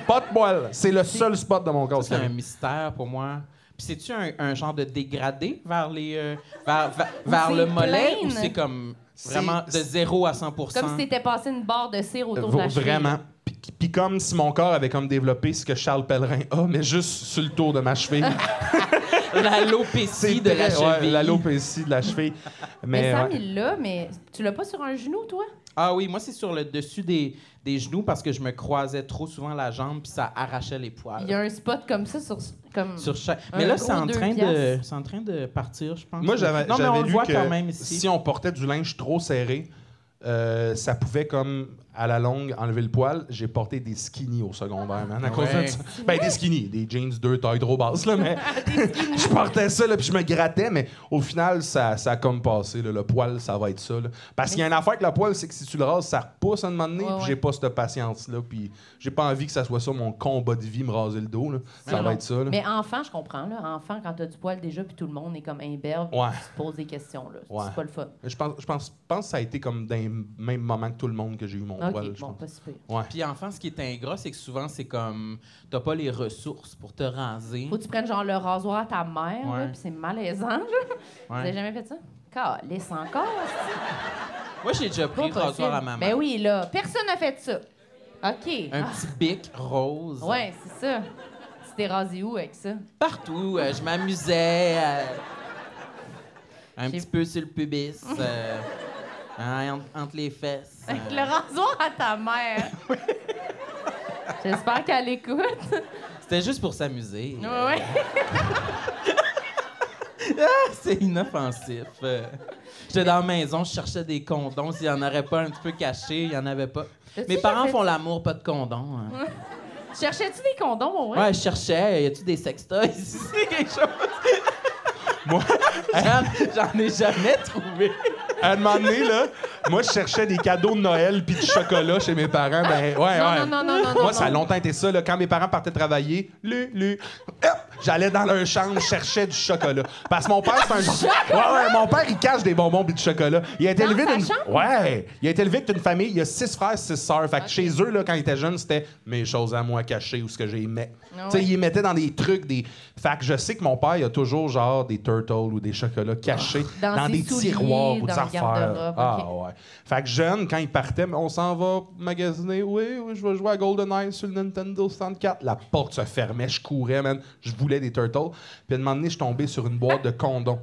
D: pas de poil. C'est le seul spot de mon corps.
C: C'est un mystère pour moi. Puis c'est-tu un, un genre de dégradé vers les euh, vers, vers- vers
B: c'est
C: le mollet
B: plein.
C: ou c'est comme
D: C'est-
C: vraiment de 0 à 100
B: Comme si t'étais passé une barre de cire autour de
D: Vaut
B: la cheville.
D: Vraiment. Puis- Puis comme si mon corps avait comme développé ce que Charles Pellerin a, mais juste sur le tour de ma cheville.
C: l'alopécie de la
D: très- ouais,
C: cheville.
D: l'alopécie de la cheville.
B: Mais,
D: Mais,
B: Sam,
D: ouais.
B: il l'a, mais tu l'as pas sur un genou, toi?
C: ah oui, moi c'est sur le dessus des, des genoux parce que je me croisais trop souvent la jambe puis ça arrachait les poils.
B: Il y a un spot comme ça sur... Comme...
C: Sur chaque-
B: Un
C: Mais là
B: gros
C: c'est en
B: deux
C: train de
B: piastres.
C: c'est en train de partir, je pense.
D: Moi, j'avais
C: Non mais
D: j'avais
C: on le
D: lu
C: voit
D: que
C: quand même ici.
D: si on portait du linge trop serré, euh, ça pouvait comme à la longue enlever le poil. J'ai porté des skinny au secondaire, man. À cause
C: Ouais.
D: de ça. Ben des skinny, des jeans deux tailles trop basses là, mais je portais ça là, puis je me grattais, mais au final ça, ça a comme passé là. le poil, ça va être ça. là. Parce qu'il y a une affaire avec le poil, c'est que si tu le rases, ça repousse à un moment donné,
B: Ouais,
D: puis
B: ouais.
D: j'ai pas cette patience là, puis j'ai pas envie que ça soit ça mon combat de vie, me raser le dos là. Ça
B: Non,
D: va
B: non.
D: être ça. là.
B: Mais enfant, je comprends, là. Enfant, quand t'as du poil déjà, puis tout le monde est comme imberbe,
D: Ouais.
B: tu te poses des questions, là.
D: Ouais.
B: C'est pas le fun.
D: Je pense, je pense, je pense que ça a été comme dans les mêmes moments que tout le monde que j'ai eu mon
B: OK,
D: poil. je
B: bon,
D: pense.
B: pas super.
D: Ouais.
C: Puis enfant, ce qui est ingrat, c'est que souvent c'est comme t'as pas les ressources pour te raser.
B: Faut que tu prennes genre le rasoir à ta mère, là,
C: Ouais.
B: puis c'est malaisant, là. Vous
C: Ouais.
B: avez jamais fait ça? Calisse encore,
C: Moi j'ai déjà pris
B: Pas
C: le rasoir
B: possible.
C: à maman.
B: Ben oui, là. Personne n'a fait ça. OK.
C: Un petit bic rose.
B: Ah, ouais, c'est ça. Tu t'es rasé où avec ça?
C: Partout, euh, je m'amusais. euh, un
B: J'ai-
C: petit peu sur le pubis. euh, hein, entre, entre les fesses. euh.
B: Avec le rasoir à ta mère. J'espère qu'elle écoute.
C: C'était juste pour s'amuser.
B: Ouais,
C: euh.
B: ouais.
C: Ah, C'est inoffensif. euh. J'étais dans la maison, je cherchais des condoms. S'il n'y en aurait pas un petit peu caché, il n'y en avait pas.
B: T'as-tu
C: Mes
B: déjà
C: parents
B: fait
C: font
B: ça?
C: l'amour, pas de condoms. hein.
B: Cherchais-tu des condoms, au vrai?
C: Ouais, je cherchais. Y a-tu des sextoys ici? Quelque chose?
D: Moi,
C: Hein? J'en- J'en ai jamais trouvé.
D: à un moment donné, là, moi, je cherchais des cadeaux de Noël puis du chocolat chez mes parents. Ben, ouais,
B: Non,
D: ouais.
B: non, non, non, non, non,
D: moi, ça a
B: non.
D: longtemps été ça. Là, quand mes parents partaient travailler, lu, lu, hop, j'allais dans leur chambre, je cherchais du chocolat. Parce que mon père, c'est un. Ouais, ouais, mon père, il cache des bonbons puis du chocolat. Il a été
B: Dans
D: élevé
B: sa
D: d'une.
B: chambre?
D: Ouais. Il a été élevé d'une famille. Il y a six frères, six sœurs. Fait que chez eux, là, quand ils étaient jeunes, c'était mes choses à moi cachées ou ce que j'aimais.
B: Ah
D: tu sais,
B: ouais.
D: ils les mettaient dans des trucs, des. Fait que je sais que mon père, il a toujours genre des turtles ou des chocolats cachés
B: Dans
D: dans,
B: ses
D: des
B: souliers,
D: tiroirs ou
B: dans
D: des
B: le
D: affaires.
B: garde-robe,
D: Ah
B: ok.
D: ouais. Fait que jeune, quand il partait, on s'en va magasiner. Oui, oui, je vais jouer à GoldenEye sur le Nintendo 64. La porte se fermait, je courais, man. Je voulais des turtles. Puis à un moment donné, je suis tombé sur une boîte de condoms.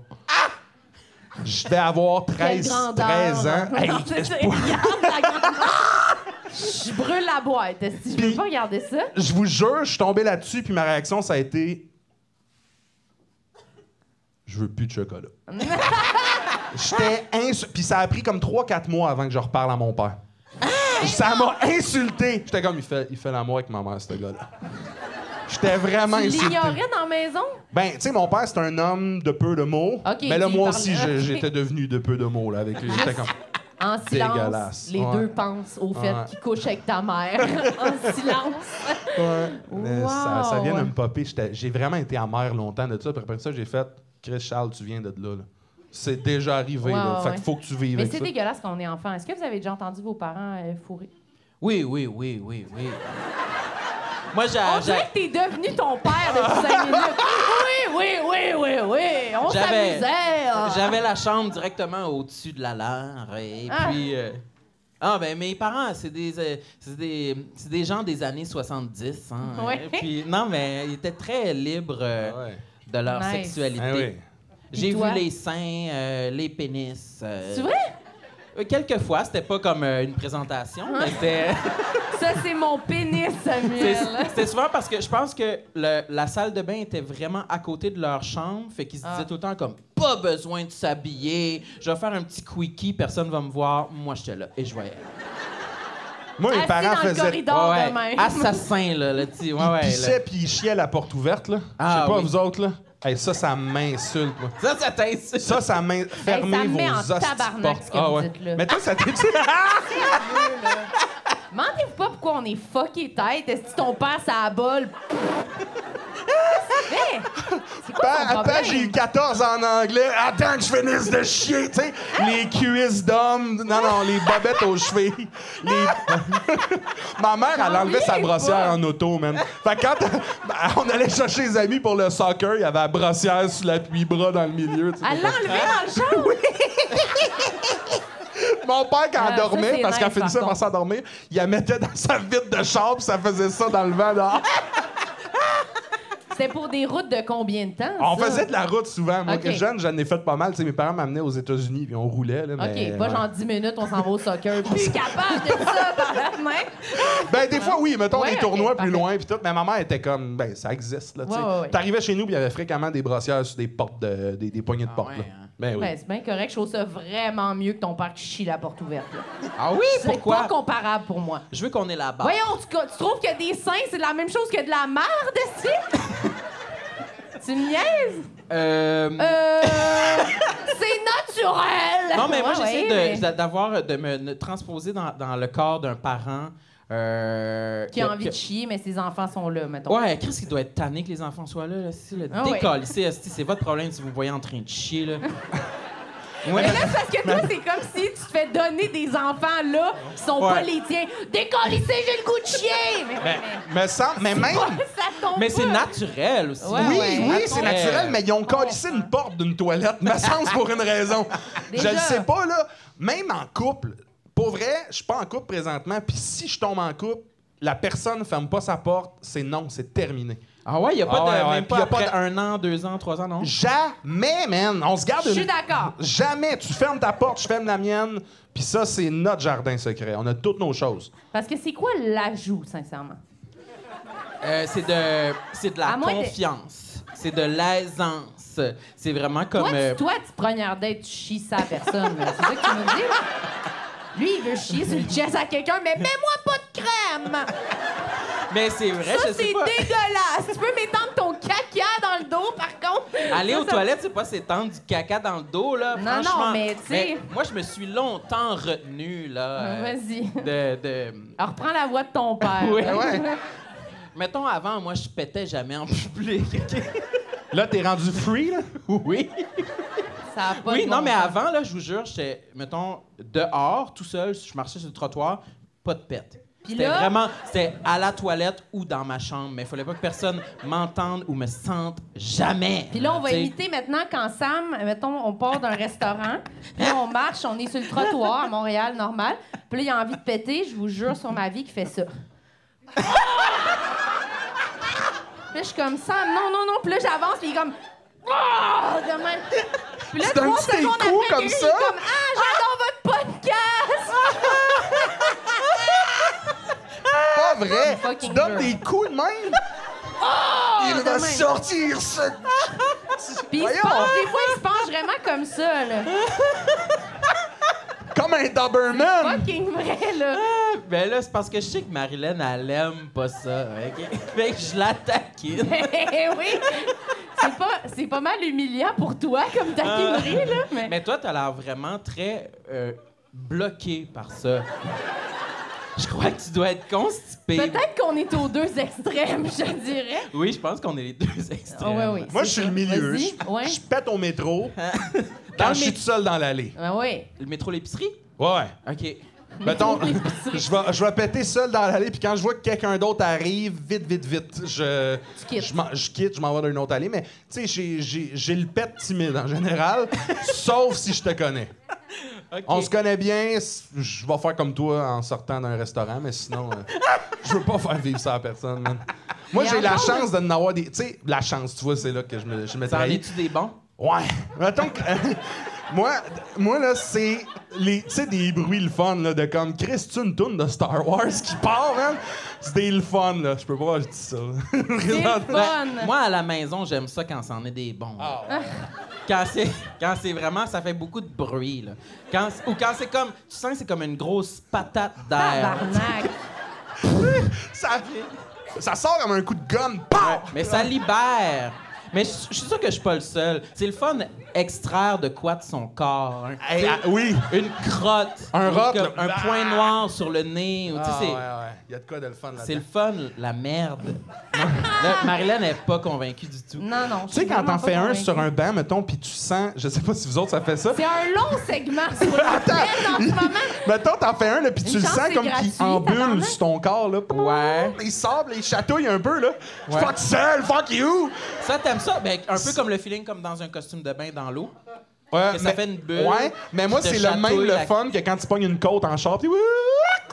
D: Je vais avoir 13,
B: Ah! grandeur.
D: 13 ans. Hey,
B: Non, c'est ça, regarde la grandeur. Ah! Je brûle la boîte. est-ce que Je
D: Puis-
B: peux pas regarder ça.
D: je vous jure, je suis tombé là-dessus, puis ma réaction, ça a été. Je veux plus de chocolat. J'étais insu... Puis ça a pris comme 3-4 mois avant que je reparle à mon père. Ça m'a insulté. J'étais comme, il fait, il fait l'amour avec ma mère, ce gars-là. J'étais vraiment
B: Tu
D: insulté.
B: l'ignorais dans la maison?
D: Ben, tu sais, mon père, c'est un homme de peu de mots.
B: Ok,
D: mais là,
B: il
D: moi
B: parle-
D: aussi, je-
B: ok.
D: j'étais devenu de peu de mots, là, avec lui. J'étais comme,
B: En
D: Dégueulasse.
B: silence, les
D: Ouais.
B: deux pensent au fait
D: Ouais.
B: qu'ils couchent avec ta mère. en silence.
D: Ouais. Mais
B: Wow.
D: ça, ça vient de me popper. J'étais- J'ai vraiment été amer longtemps de ça. Puis après ça, j'ai fait Chris Charles, tu viens de là. là. C'est déjà arrivé.
B: Ouais,
D: là.
B: ouais,
D: Fait
B: ouais.
D: qu'il faut que tu vives
B: Mais
D: avec
B: c'est
D: ça.
B: dégueulasse quand on est enfant. Est-ce que vous avez déjà entendu vos parents euh, fourrer?
C: Oui, oui, oui, oui, oui. Moi, j'ai.
D: Ah,
B: On
C: j'ai-
B: dirait que t'es devenu ton père depuis cinq minutes. Oui, oui, oui, oui, oui. On
C: J'avais-
B: s'amusait. ah.
C: J'avais la chambre directement au-dessus de la laire. Et
B: Ah.
C: puis. euh, ah, ben mes parents, c'est des, euh, c'est des, c'est des gens des années 70. Hein,
B: Ouais.
C: Puis, non, mais ils étaient très libres euh,
D: Ah ouais.
C: de leur
B: Nice.
C: sexualité.
D: Ah oui.
C: J'ai
B: Et
C: vu
B: toi?
C: les seins, euh, les pénis. euh,
B: C'est vrai?
C: Hein? euh, Quelques fois, c'était pas comme euh, une présentation, mais c'était.
B: Ça, c'est mon pénis, Samuel.
C: C'est- C'était souvent parce que je pense que le- la salle de bain était vraiment à côté de leur chambre, fait qu'ils se
B: Ah.
C: disaient tout le temps comme pas besoin de s'habiller, je vais faire un petit quickie, personne va me voir, moi j'étais là et je voyais.
D: Moi, mes
B: Assis
D: parents
B: dans le
D: faisaient.
B: corridor. Dors
C: ouais,
B: de même.
C: assassin là, le petit, ouais
D: Ils
C: Ah ouais. là.
D: pissaient puis ils chiaient à la porte ouverte, là.
C: Ah,
D: Je sais pas,
C: oui.
D: vous autres, là. Hey, ça, ça m'insulte, moi.
C: Ça ça t'insulte.
D: Ça, ça m'in... Fermez
B: ça me met
D: vos
B: en
D: hosties de
B: tabarnak,
D: portes. Ah
B: ce que vous dites, là.
D: Mais toi, ça t'est dit...
B: Mentez-vous pas pourquoi on est fucké tête. Est-ce que ton père, ça abole? Mais, c'est quoi
D: Attends,
B: ton
D: attends, j'ai eu
B: problème?
D: 14 en anglais. Attends que je finisse de chier, tu sais.
B: Ah!
D: Les cuisses d'hommes. Non, non, les babettes aux chevilles. Les... Ma mère,
B: Ah
D: elle enlevait sa brossière en auto, man. Fait que quand on allait chercher les amis pour le soccer, il y avait la brossière sous la bras dans le milieu. tu sais.
B: Elle l'a enlevé dans le champ?
D: Mon père, quand
B: Ah,
D: elle
B: ça,
D: dormait,
B: c'est
D: parce qu'elle
B: nice,
D: finissait
B: par
D: par s'endormir, il la mettait dans sa vitre de chambre, puis ça faisait ça dans le vent
B: Ah,
D: dehors.
B: C'était pour des routes de combien de temps?
D: On
B: ça?
D: faisait de la route souvent. Moi,
B: Ok.
D: que jeune, j'en ai fait pas mal. Tu sais, mes parents m'amenaient aux États-Unis, puis on roulait. Là, mais,
B: OK, pas
D: ouais.
B: genre 10 minutes, on s'en va au soccer. Ah Plus capable de ça par la main.
D: Ben, des fois, oui, mettons
B: Ouais,
D: des
B: ok,
D: tournois plus
B: parfait.
D: loin, puis tout. Mais ma mère était comme, ben, ça existe, là, tu sais.
B: Ouais, ouais, ouais.
D: T'arrivais chez nous, puis il y avait fréquemment des brossières sur des portes, de- des, des poignées de porte,
C: ouais,
D: là.
C: hein.
D: Ben oui.
B: Ben, c'est bien correct. Je trouve ça vraiment mieux que ton père qui chie la porte ouverte. là.
C: Ah oui,
B: C'est pas
C: pourquoi Ah.
B: comparable pour moi.
C: Je veux qu'on ait la barre.
B: Voyons, tu, tu trouves que des seins, c'est la même chose que de la merde, est-ce-tu? tu me niaises?
C: Euh,
B: Euh, c'est naturel!
C: Non, mais moi,
B: Ouais,
C: j'essaie
B: ouais,
C: de-
B: mais-
C: d'a- d'avoir, de me ne- transposer dans, dans le corps d'un parent. euh,
B: Qui a envie de chier, mais ses enfants sont là, mettons.
C: Ouais, Chris, il doit être tanné que les enfants soient là. là si, le
B: Ah ouais.
C: c'est votre problème si vous me voyez en train de chier. Là. Ouais.
B: Mais là, c'est parce que toi, c'est comme si tu te fais donner des enfants là qui sont pas
C: Ouais.
B: les tiens. Décollissez, j'ai le goût de chier! Mais,
D: Mais, mais sans- mais même.
B: ça tombe
C: Mais c'est
B: pas.
C: naturel aussi. euh,
B: Ouais,
D: oui,
B: ouais.
D: oui, c'est
C: Attends.
D: naturel, mais ils ont collissé une porte d'une toilette, me semble, pour une raison. Je
B: Déjà.
D: le sais pas, là. Même en couple, pour vrai, je suis pas en couple présentement, puis si je tombe en couple, la personne ferme pas sa porte, c'est non, c'est terminé.
C: Ah ouais, il n'y a pas
D: Ah
C: de.
D: ouais, ouais,
C: Même
D: puis y
C: pas,
D: a pas
C: après un an, deux ans, trois ans, non?
D: Jamais, man. On se garde
B: Je
D: une
B: suis d'accord.
D: Jamais. Tu fermes ta porte, je ferme la mienne. Puis ça, c'est notre jardin secret. On a toutes nos choses.
B: Parce que c'est quoi l'ajout, sincèrement?
C: Euh, c'est de, c'est de la
B: À moins de-
C: confiance. C'est de l'aisance. C'est vraiment comme.
B: Toi,
C: euh,
B: tu, toi, tu première date, tu chies ça à personne. là. C'est ça que tu me dis? là? Lui, il veut chier sur le chest à quelqu'un, mais mets-moi pas de crème!
C: Mais c'est vrai,
B: ça,
C: je
B: c'est
C: sais pas.
B: dégueulasse! Tu peux m'étendre ton caca dans le dos, par contre!
C: Aller
B: Ça,
C: aux
B: ça-
C: toilettes, c'est pas s'étendre du caca dans le dos, là.
B: Non, non,
C: franchement.
B: mais tu sais-
C: Moi, je me suis longtemps retenu, là.
B: Euh, vas-y.
C: De, de-
B: Alors, reprends la voix de ton père.
C: Oui. Mettons, avant, moi, je pétais jamais en public. ok?
D: Là, t'es rendu free, là?
C: oui.
B: Ça a pas
C: oui,
B: de
C: non,
B: bon
C: mais
B: sens.
C: avant, là, je vous jure, j'étais, mettons, dehors, tout seul, je marchais sur le trottoir, pas de pète.
B: Puis
C: C'était
B: là-
C: vraiment, c'était à la toilette ou dans ma chambre, mais il fallait pas que personne m'entende ou me sente jamais.
B: Puis là, on va
C: tu sais.
B: imiter maintenant quand Sam, mettons, on part d'un restaurant, puis là, on marche, on est sur le trottoir à Montréal, normal. Puis là, il a envie de péter, je vous jure sur ma vie qu'il fait ça. Puis là, je suis comme Sam, non, non, non. Puis là, j'avance, puis il est comme. Ah! De même. Puis là,
D: C'est un
B: trois
D: petit
B: secondes
D: écho
B: après,
D: comme
B: il est
D: ça?
B: comme Ah, j'adore votre podcast!
D: Pas vrai! Tu
B: Fucking
D: donnes
B: girl. Oh,
D: des coups de même? Il va
B: demain.
D: sortir ce...
B: Puis il se
D: Voyons.
B: penche, des fois, il se penche vraiment comme ça, là.
D: Comme un Doberman!
B: Fucking vrai, là.
C: Ah, Ben là, c'est parce que je sais que Marilyn, elle aime pas ça. ok? Fait que je la taquine.
B: Eh oui! C'est pas, c'est pas mal humiliant pour toi comme
D: Euh,
B: taquinerie, là, mais...
C: Mais toi, t'as l'air vraiment très euh, bloqué par ça. Je crois que tu dois être constipé.
B: Peut-être qu'on est aux deux extrêmes, je dirais.
C: Oui, je pense qu'on est les deux
B: Ah
C: extrêmes.
B: ouais, oui.
D: Moi,
B: c'est
D: je suis
B: ça.
D: le milieu.
B: Vas-y.
D: Je
B: Ouais.
D: je pète au métro
C: Dans
D: quand
C: le
D: je suis
C: mét-
D: tout seul dans l'allée.
B: Ah ouais.
C: le métro, l'épicerie?
D: Ouais.
C: OK.
D: Mettons,
B: l'épicerie.
D: je vais, je vais péter seul dans l'allée, puis quand je vois que quelqu'un d'autre arrive, vite, vite, vite, je,
B: Tu quittes.
D: je, m'en- je quitte, je m'en vais dans une autre allée. Mais, tu sais, j'ai- j'ai j'ai le pet timide en général, sauf si je te connais.
C: OK.
D: On se connaît bien, s- je vais faire comme toi en sortant d'un restaurant, mais sinon, euh, je veux pas faire vivre ça à personne, man. Moi,
B: Mais
D: j'ai la
B: encore,
D: chance de n'avoir des. Tu sais, la chance, tu vois, c'est là que je me, je me
C: T'en
D: trahis.
C: es-tu des bons?
D: Ouais. Mettons que. moi, moi, là, c'est. les, tu sais, des bruits le fun, là, de comme, Chris, tu une toune de Star Wars qui part, man? C'est des le fun, là. Je peux pas, je dis ça.
B: le fun.
C: Moi, à la maison, j'aime ça quand c'en est des bons. là.
D: Ah, ouais.
C: Quand c'est, quand c'est vraiment, ça fait beaucoup de bruit. Là. Quand, c- ou quand c'est comme, tu sens que c'est comme une grosse patate
D: Ah,
C: d'air.
B: Tabarnak.
D: ça, ça sort comme un coup de Bah! gomme, pow!
C: Mais ça libère. Mais je je suis sûr que je suis pas le seul. C'est le fun extraire de quoi de son corps. hein.
D: Hey, ah, oui.
C: Une crotte.
D: Un
C: ou
D: rot,
C: comme
D: là.
C: Un
D: Ah.
C: point noir sur le nez. ou tu sais,
D: Ah,
C: c'est,
D: ouais, ouais. Il y a de quoi de le fun là-dedans.
C: c'est le fun, la merde. Non, là, Marilyn n'est pas convaincue du tout.
B: Non, non.
D: Tu sais, quand t'en fais un sur un banc, mettons, puis tu sens, je sais pas si vous autres ça fait ça.
B: C'est un long segment sur la tête en ce moment.
D: Mettons, t'en fais un, là, puis tu
B: Une
D: le
B: chance,
D: sens
B: c'est
D: comme
B: gratuit,
D: qu'il embule
B: tabarnak.
D: sur ton corps, là.
C: Ouais.
D: Il sable, il chatouille un peu, là. Je suis
C: Ouais.
D: pas tout seul, fuck you!
C: Ça, t'aimes ça? Ben, un peu comme le feeling comme dans un costume de bain dans l'eau.
D: Ouais,
C: Que ça fait une bulle,
D: Ouais, mais moi,
C: qui te
D: c'est le même
C: chatouille
D: le
C: la-
D: fun que quand tu pognes une côte en char, puis ouiou,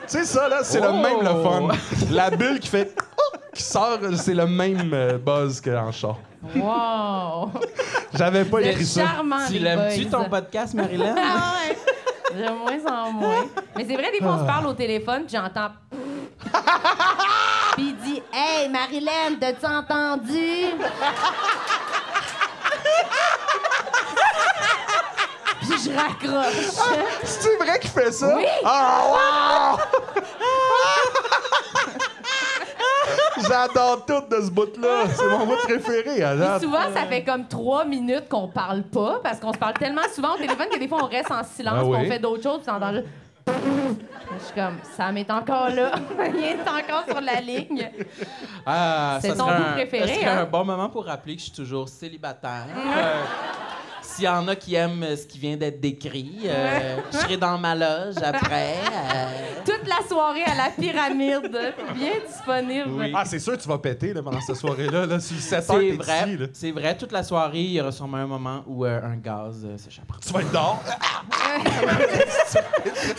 D: Tu sais, ça, là, c'est
C: Oh!
D: le même le fun. La bulle qui fait. ouh, qui sort, c'est le même euh, buzz qu'en char.
B: Wow.
D: J'avais pas
B: C'est
D: écrit ça.
B: charmant,
C: tu
B: les
C: l'aimes-tu
B: boys.
C: ton podcast, Marilyn?
B: Ah ouais. De moins en moins. Mais c'est vrai, des
D: Ah.
B: fois, on se parle au téléphone, puis j'entends. puis il dit Hey, Marilyn, t'as-tu entendu? puis je raccroche.
D: C'est vrai qu'il fait ça?
B: Oui.
D: Ah, wow! J'adore tout de ce bout-là. C'est mon bout préféré, hein, à
B: Puis
D: date.
B: souvent, ça fait comme trois minutes qu'on parle pas, parce qu'on se parle tellement souvent au téléphone que des fois, on reste en silence,
D: Ah
B: puis
D: oui.
B: on fait d'autres choses, puis t'entends juste. Je suis comme, ça m'est encore là. Il est encore sur la ligne.
C: Ah,
B: C'est
C: ça
B: ton
C: serait
B: goût
C: un-
B: préféré,
C: ça serait
B: hein? Mm.
C: un bon moment pour rappeler que je suis toujours célibataire. Euh, S'il y en a qui aiment euh, ce qui vient d'être décrit, euh, je serai dans ma loge après. euh.
B: Toute la soirée à la pyramide. Bien disponible.
C: Oui.
D: Ah, c'est sûr que tu vas péter là, pendant cette soirée-là. Là, sur 7 heures,
C: C'est
D: t'es
C: vrai,
D: ici, là.
C: c'est vrai. Toute la soirée, il y aura sûrement un moment où euh, un gaz euh, s'échappera.
D: Tu vas être dehors.
C: C'est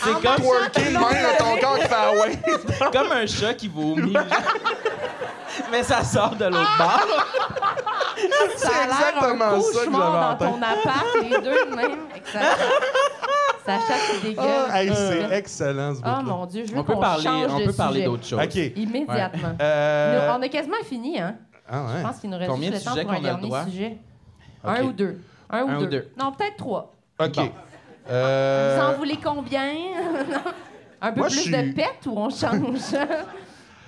B: Ah,
C: comme,
D: Twerker de même dans ton corps qui fait ah ouais.
C: comme un chat qui vomit. Mais ça sort de l'autre
D: Ah!
C: bord.
B: Ça a
D: c'est
B: l'air un
D: exactement ça que
B: cauchemar
D: j'avais
B: dans
D: en
B: ton appart, les deux de même. Excellent. Ça chasse des gueules.
D: Ah, hey, c'est excellent ce bout-là.
B: Oh mon Dieu, je veux
C: On peut
B: qu'on
C: parler,
B: change
C: on
B: de
C: peut parler
B: sujet.
C: d'autres choses.
D: OK.
B: Immédiatement.
D: Euh,
B: Nous, on a quasiment fini, hein?
D: Ah ouais.
B: Je pense qu'il nous reste
C: Combien
B: juste le
C: de
B: temps
C: sujets
B: pour un
C: qu'on a le
B: dernier
C: droit?
B: sujet.
C: OK.
B: Un ou deux. Un, ou, deux. Non, peut-être trois.
D: OK.
C: Bon.
D: Euh,
B: Vous en voulez combien? un peu
D: moi, je
B: plus
D: suis-
B: de pète ou on change?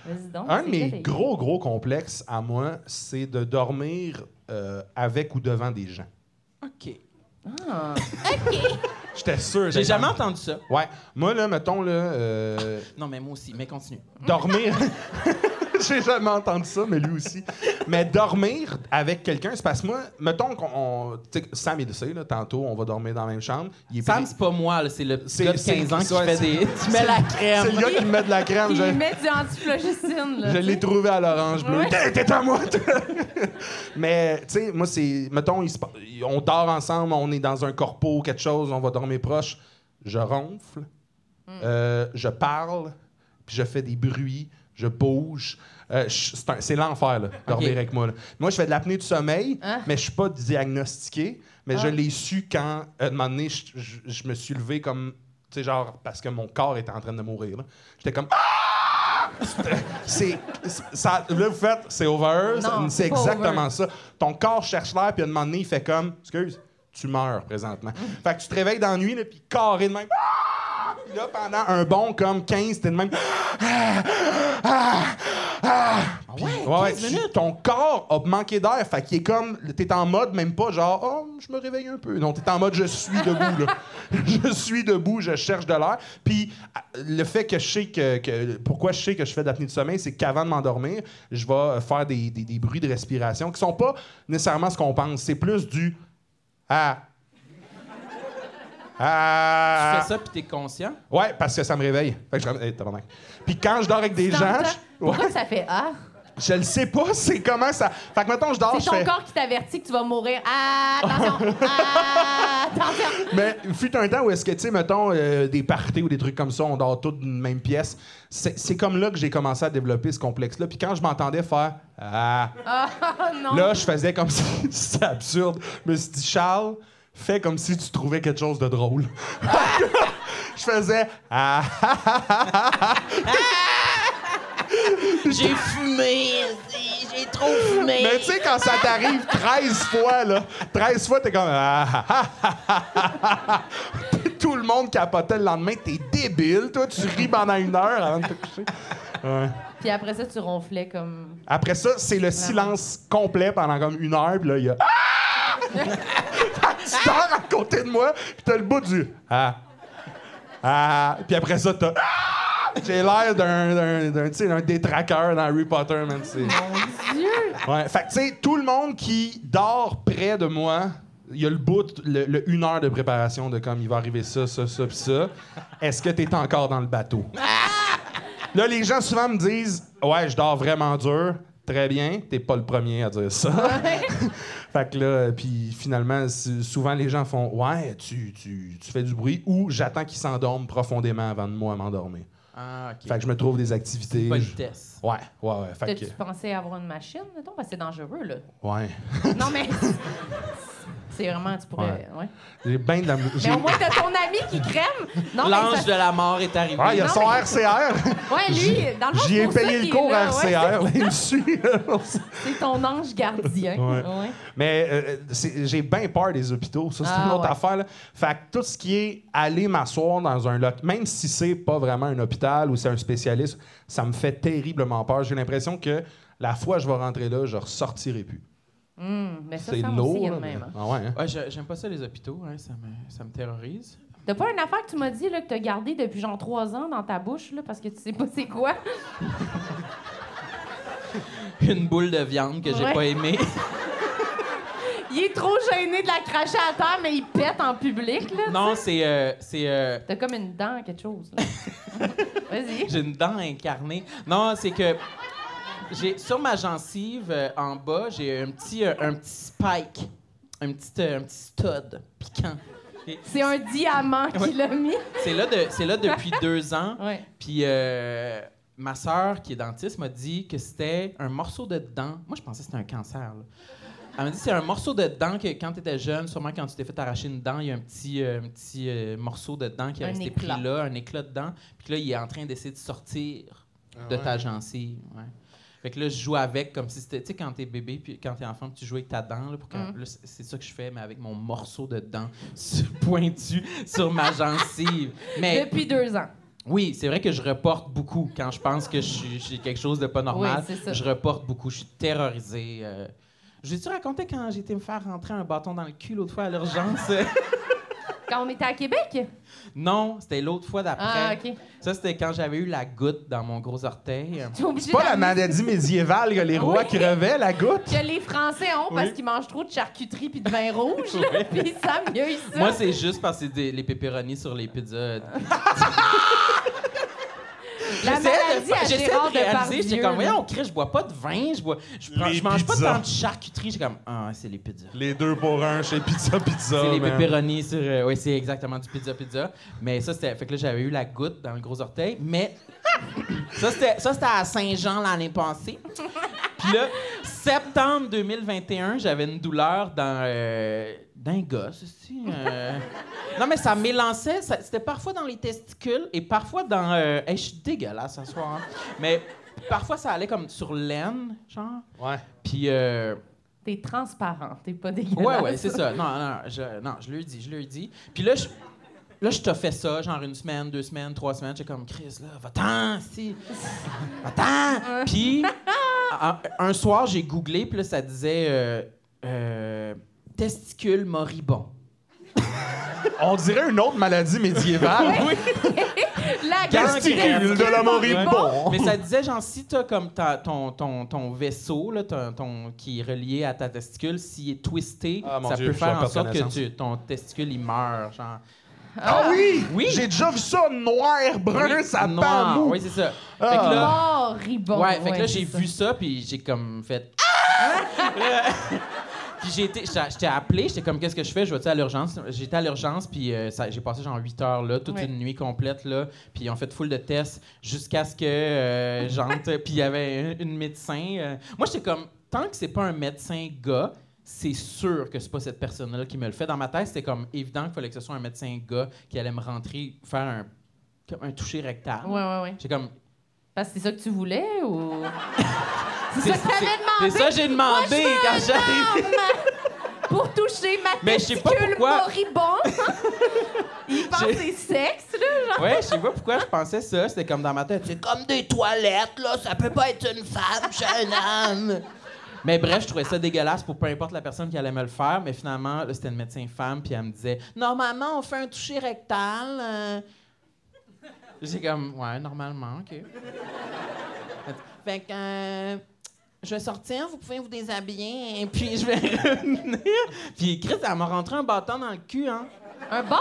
B: Vas-y donc.
D: Un de
B: c'est
D: mes
B: quoi les-
D: gros, gros complexes à moi, c'est de dormir euh, avec ou devant des gens.
C: OK.
B: Ah.
D: J'étais sûr.
C: J'ai
D: j'avais-
C: jamais entendu ça.
D: Ouais. Moi, là, mettons, là, euh,
C: Non, mais moi aussi. Mais continue.
D: dormir. J'ai jamais entendu ça, mais lui aussi. Mais dormir avec quelqu'un, c'est parce que moi, mettons qu'on. on- tu sais, Sam, il le sait, là, tantôt, on va dormir dans la même chambre. Il est
C: Sam,
D: pris-
C: c'est pas moi, là, c'est le petit
D: C'est-
C: gars de
D: c'est-
C: 15 ans qui
D: ouais,
C: fait
D: c'est-
C: des. Tu mets la
D: C'est
C: crème.
D: le gars qui me met de la crème.
B: Puis
D: je-
B: ils mettent du antiflogicine, là.
D: Je l'ai trouvé à l'orange bleu.
B: Ouais.
D: T'es t'es à moi! toi! Mais, tu sais, moi, c'est. Mettons, il se pa- on dort ensemble, on est dans un corpo, quelque chose, on va dormir proche. Je ronfle,
B: Hmm.
D: euh, je parle, puis je fais des bruits, je bouge. Euh, je- c'est un- c'est l'enfer, là, dormir avec moi. là. Moi, je fais de l'apnée du sommeil,
B: Ah.
D: mais je suis pas diagnostiqué. Mais je
B: Ah.
D: l'ai su quand, euh, un moment donné, je, je- je me suis levé comme. Tu sais, genre, parce que mon corps était en train de mourir. là. J'étais comme. C'est. c'est- Ça, là, vous faites, c'est over.
B: Non,
D: ça-
B: c'est
D: c'est
B: pas
D: exactement
B: over.
D: ça. Ton corps cherche l'air, puis à un moment donné, il fait comme. Excuse, tu meurs présentement. Fait que tu te réveilles dans la nuit, là, puis carré de même. Ah! Puis là, pendant un bon comme 15, t'es de même. Ah! Ah! Ah! Puis-
C: ouais, 15
D: tu-
C: minutes.
D: ton corps a manqué d'air, fait qu'il est comme. T'es en mode même pas genre, oh, je me réveille un peu. Non, t'es en mode, je suis debout, là. je suis debout, je cherche de l'air. Puis euh, le fait que je sais que. que- pourquoi je sais que je fais de l'apnée du sommeil, c'est qu'avant de m'endormir, je vais euh, faire des, des- des bruits de respiration qui sont pas nécessairement ce qu'on pense. C'est plus du. Ah. Ah.
C: Tu fais ça puis t'es conscient.
D: Ouais, parce que ça me réveille. Fait que je. Hey, tabarnak. Puis quand je dors avec des
B: Dans
D: gens.
B: le temps,
D: je- ouais.
B: Pourquoi ça fait Ah?
D: Je le sais pas, c'est comment ça. Fait que mettons, je dors,
B: C'est
D: Ah, je
B: ton
D: fais.
B: corps qui t'avertit que tu vas mourir. Ah, attention! ah, attention!
D: Mais fut un temps où est-ce que, tu sais, mettons, euh, des parties ou des trucs comme ça, on dort tous d'une même pièce. C'est c'est comme là que j'ai commencé à développer ce complexe-là. Puis quand je m'entendais faire. Ah,
B: Ah, non!
D: là, je faisais comme si. C'était absurde. Je me suis dit, Charles, fais comme si tu trouvais quelque chose de drôle. je faisais ah, ah, ah, ah, ah, ah.
C: J'ai fumé, esti, j'ai trop fumé.
D: Mais tu sais, quand ça t'arrive 13 fois, là, 13 fois, t'es comme ah, ah, ah, ah, ah, ah, ah. Tout le monde capotait le lendemain, t'es débile, toi, tu ris pendant une heure avant de te coucher. Ouais.
B: Puis après ça, tu ronflais comme.
D: Après ça, c'est le silence complet pendant comme une heure, puis là, il y a. Ah! tu dors à côté de moi, puis t'as le bout du. Ah! Ah! Puis après ça, t'as. Ah! J'ai l'air d'un, d'un, d'un, tu sais, d'un détraqueur dans Harry Potter, même. C'est... Ouais. Fait que, tu sais, tout le monde qui dort près de moi, il y a le bout, le, le une heure de préparation de comme il va arriver ça, ça, ça, pis ça. Est-ce que t'es encore dans le bateau? Là, les gens souvent me disent Ouais, je dors vraiment dur. Très bien, t'es pas le premier à dire ça. fait que là, euh, puis finalement, c'est- souvent les gens font Ouais, tu, tu, tu fais du bruit ou j'attends qu'ils s'endorment profondément avant de moi m'endormir.
C: Ah, ok.
D: Fait que je me trouve des activités.
C: Politesse.
D: Ouais, ouais, ouais. Fait que,
B: T'as-tu pensé avoir une machine, mettons? Parce que c'est dangereux, là.
D: ouais.
B: Non, mais. C'est vraiment, tu pourrais. Ouais.
D: J'ai bien de la. j'ai-
B: Mais au moins, t'as ton ami qui crème. Non, mais.
C: L'ange
B: ça-
C: de la mort est arrivé.
D: Ah, il y a
B: Non,
D: son
B: mais-
D: RCR.
B: Ouais, lui, dans le fond,
D: J'y ai
B: c'est pour ça
D: payé le
B: qu'il
D: cours
B: est là, ouais.
D: RCR. là, il me suit.
B: C'est ton ange gardien.
D: Ouais.
B: Ouais.
D: Mais euh, c'est- j'ai bien peur des hôpitaux. Ça, c'est
B: Ah,
D: une autre
B: ouais.
D: affaire. là. Fait que tout ce qui est aller m'asseoir dans un lot, même si c'est pas vraiment un hôpital ou c'est un spécialiste, ça me fait terriblement peur. J'ai l'impression que la fois que je vais rentrer là, je ressortirai plus.
B: Hum, mais ça,
D: c'est
B: ça
D: lourd.
B: aussi, il y a
D: là,
B: de
D: mais-
B: même. hein.
D: Ah ouais, hein?
C: Ouais, je- j'aime pas ça les hôpitaux, hein, ça, me, ça me terrorise.
B: T'as pas une affaire que tu m'as dit là, que t'as gardé depuis genre trois ans dans ta bouche là, parce que tu sais pas c'est quoi?
C: Une boule de viande que j'ai
B: Ouais.
C: pas aimée.
B: Il est trop gêné de la cracher à terre, mais il pète en public là.
C: non, c'est. euh, c'est euh,
B: T'as comme une dent, quelque chose. là. Vas-y.
C: J'ai une dent incarnée. Non, c'est que j'ai sur ma gencive euh, en bas, j'ai un petit euh, un petit spike, un petit euh, un petit stud piquant. Et
B: C'est un diamant
C: Ouais.
B: qu'il a mis.
C: C'est là de c'est là depuis deux ans.
B: Ouais.
C: Puis euh, ma sœur qui est dentiste m'a dit que c'était un morceau de dent. Moi je pensais que c'était un cancer. là. Elle m'a dit c'est un morceau de dent que quand tu étais jeune, sûrement quand tu t'es fait arracher une dent, il y a un petit, euh, un petit euh, morceau de dent qui a
B: Un
C: resté
B: éclat.
C: pris là, un éclat de dent. Puis que là, il est en train d'essayer de sortir de ta gencive. ouais. Fait que là, je joue avec comme si c'était, tu sais, quand t'es bébé, puis quand t'es enfant, puis tu joues avec ta dent. Là, pour quand-
B: Mm.
C: là, c'est c'est ça que je fais, mais avec mon morceau de dent sur- pointu sur ma gencive. Mais
B: Depuis deux ans.
C: oui, c'est vrai que je reporte beaucoup quand je pense que je suis- j'ai quelque chose de pas normal.
B: Oui, c'est ça.
C: je reporte beaucoup, je suis terrorisé. euh. J'ai-tu raconté quand j'ai été me faire rentrer un bâton dans le cul l'autre fois à l'urgence?
B: Quand on était à Québec?
C: non, c'était l'autre fois d'après.
B: Ah, ok.
C: Ça, c'était quand j'avais eu la goutte dans mon gros orteil.
B: Tu es obligé
D: C'est pas la
B: d'amener-
D: maladie médiévale que les rois
B: Ah Oui.
D: crevaient, la goutte.
B: que les Français ont parce
D: Oui.
B: qu'ils mangent trop de charcuterie puis de vin rouge. là, Puis ça mieux ici.
C: Moi, c'est juste parce que c'est des- les pepperonis sur les pizzas. euh,
B: la
C: J'essayais de-
B: maladie à
C: j'essayais
B: Gérard
C: de réaliser,
B: Depardieu,
C: j'étais comme,
B: là.
C: voyons, Chris, je bois pas de vin, je bois, je, prends-
D: Les
C: je mange pas
D: pizzas.
C: tant de charcuterie. J'étais comme, ah, c'est les pizzas.
D: Les deux pour un chez Pizza Pizza.
C: C'est les
D: man.
C: pepperoni sur. euh, oui, c'est exactement du pizza pizza. Mais ça, c'était. Fait que là, j'avais eu la goutte dans le gros orteil. Mais. ça, c'était ça, c'était à Saint-Jean l'année passée. Puis là, septembre 2021, j'avais une douleur dans. Euh, d'un gosse aussi. euh. Non, mais ça m'élançait. ça- C'était parfois dans les testicules et parfois dans. euh, hey, je suis dégueulasse ce soir. hein. Mais parfois, ça allait comme sur l'aine, genre.
D: Ouais.
C: Puis. euh,
B: T'es transparent, t'es pas dégueulasse.
C: Ouais, ouais, c'est ça. Non, non, je, non, je lui dis, je lui dis. Puis là, je, là, je te fais ça, genre une semaine, deux semaines, trois semaines. J'ai comme, Chris, là, va-t'en, si. Va-t'en. Puis, un, un soir, j'ai googlé, puis là, ça disait euh, euh, testicule moribond.
D: On dirait une autre maladie médiévale.
B: La
D: Testicule de la moribond.
C: Mais ça disait, genre, si t'as comme ta- ton, ton, ton vaisseau là, ton, ton- qui est relié à ta testicule, s'il est twisté,
D: Ah, mon
C: ça
D: Dieu,
C: peut
D: je vais
C: faire en
D: perdre
C: sorte que
D: connaissance.
C: tu- ton testicule, il meurt, genre.
D: Ah oui!
C: Oui.
D: J'ai déjà vu ça, noir, brun,
C: Oui,
D: ça
C: noir.
D: pend mou.
C: Oui, c'est ça.
D: Ah.
C: Fait que là,
B: Moribond.
C: ouais, fait que là, j'ai
B: c'est
C: vu ça, puis j'ai comme fait. Ah! Là, puis j'ai été, j'étais j'étais appelé, j'étais comme, qu'est-ce que je fais? Je vais à l'urgence. J'étais à l'urgence, puis euh, ça- j'ai passé genre 8 heures là, toute
B: Ouais.
C: une nuit complète là, puis ils ont fait full de tests jusqu'à ce que euh, j'entre, puis il y avait un- une, médecin. euh. Moi, j'étais comme, tant que c'est pas un médecin gars, c'est sûr que c'est pas cette personne-là qui me le fait. Dans ma tête, c'était comme évident qu'il fallait que ce soit un médecin gars qui allait me rentrer, faire un, comme un toucher rectal.
B: Ouais, ouais, ouais.
C: J'ai comme.
B: Parce que c'est ça que tu voulais ou.
C: C'est
B: ça que t'avais
C: c'est
B: demandé.
C: ça que j'ai demandé
B: Moi, je veux
C: quand
B: un
C: j'arrive.
B: homme Pour toucher ma
C: Mais je sais pas
B: testicule
C: pourquoi.
B: moribonde. Il pense
C: Je-
B: que c'est sexe, là, genre.
C: Ouais, je sais pas pourquoi je pensais ça. C'était comme dans ma tête. C'est comme des toilettes, là. Ça peut pas être une femme, c'est un homme. Mais bref, je trouvais ça dégueulasse pour peu importe la personne qui allait me le faire. Mais finalement, là, c'était une médecin femme, puis elle me disait Normalement, on fait un toucher rectal. euh. J'ai comme Ouais, normalement, OK. Fait que. euh, je vais sortir, vous pouvez vous déshabiller, et puis je vais revenir. Puis Chris, elle m'a rentré un bâton dans le cul, hein.
B: Un bâton?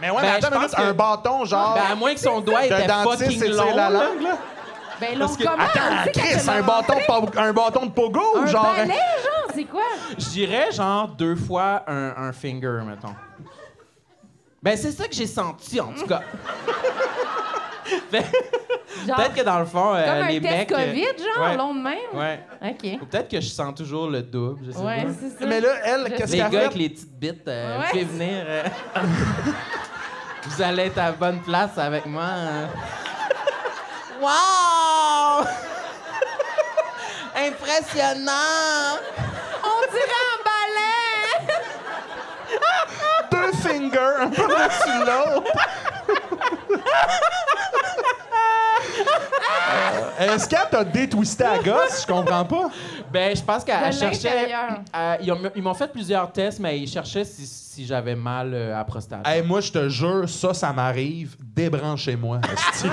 D: Mais
C: Ben,
D: ouais, mais
C: je
D: attends une
C: pense
D: minute,
C: que-
D: un bâton, genre.
C: Ben, à moins que son doigt
D: d'un
C: était
D: dentiste,
C: fucking
D: c'est
C: long. là.
D: la langue, là.
B: Ben, l'on
C: Parce que-
B: commence.
C: Ah,
D: Attends, Chris, un bâton, pa- un bâton de pogo,
B: Un
D: genre. hein.
B: balai,
C: euh,
B: genre, c'est quoi?
C: Je dirais genre deux fois un, un finger, mettons. Ben, c'est ça que j'ai senti, en tout cas. Fait-
B: Genre,
C: peut-être que dans le fond, euh,
B: comme un
C: les
B: test
C: mecs. euh,
B: COVID, genre,
C: ouais,
B: long de même.
C: ouais.
B: OK.
C: Ou peut-être que je sens toujours le double, je sais
B: Ouais,
C: pas.
B: c'est ça.
D: Mais là, elle,
B: Je-
D: qu'est-ce
C: Les
D: qu'elle
C: gars
D: a
C: avec
D: fait?
C: les petites bites, euh,
B: Ouais.
C: vous pouvez venir. euh, vous allez être à la bonne place avec moi. euh. Wow! Impressionnant!
B: On dirait un balai!
D: Deux fingers, un peu dessus l'autre. Euh, Est-ce qu'elle t'a détwisté à gosse? Je comprends pas.
C: Ben, je pense qu'elle
B: De
C: cherchait.
B: l'intérieur.
C: euh, ils ont- ils m'ont fait plusieurs tests, mais ils cherchaient si, si j'avais mal euh, à la prostate.
D: Hey, moi, je te jure, ça, ça m'arrive. Débranchez-moi. esti.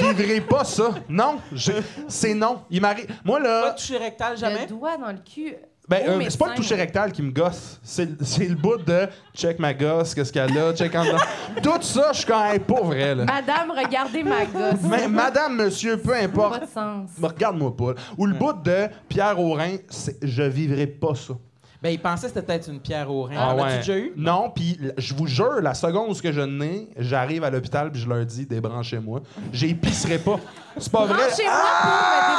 D: Je vivrai pas ça. Non, je- c'est non. Il m'arrive. Moi,
C: Pas
D: là,
C: de toucher rectal,
B: Le
C: jamais.
B: doigt dans le cul. Oh,
D: ben,
B: au
D: euh, c'est pas le
B: médecin.
D: toucher rectal qui me gosse. C'est le- c'est le bout de check ma gosse, qu'est-ce qu'elle a, check en dedans. Tout ça, je suis quand même pas vrai, là.
B: Madame, regardez ma gosse.
D: Mais, madame, monsieur, peu
B: Pas
D: importe.
B: de sens.
D: Mais Regarde-moi pas. là. Ou le bout de Pierre Aurin, c'est- je vivrai pas ça.
C: Ben, ils pensaient que c'était peut-être une pierre au rein.
D: Ah
C: L'as-tu
D: ouais.
C: déjà eu?
D: Non, puis l- je vous jure, la seconde où ce que je n'ai, j'arrive à l'hôpital puis je leur dis débranchez-moi. J'y pisserai pas. C'est pas vrai. Ah!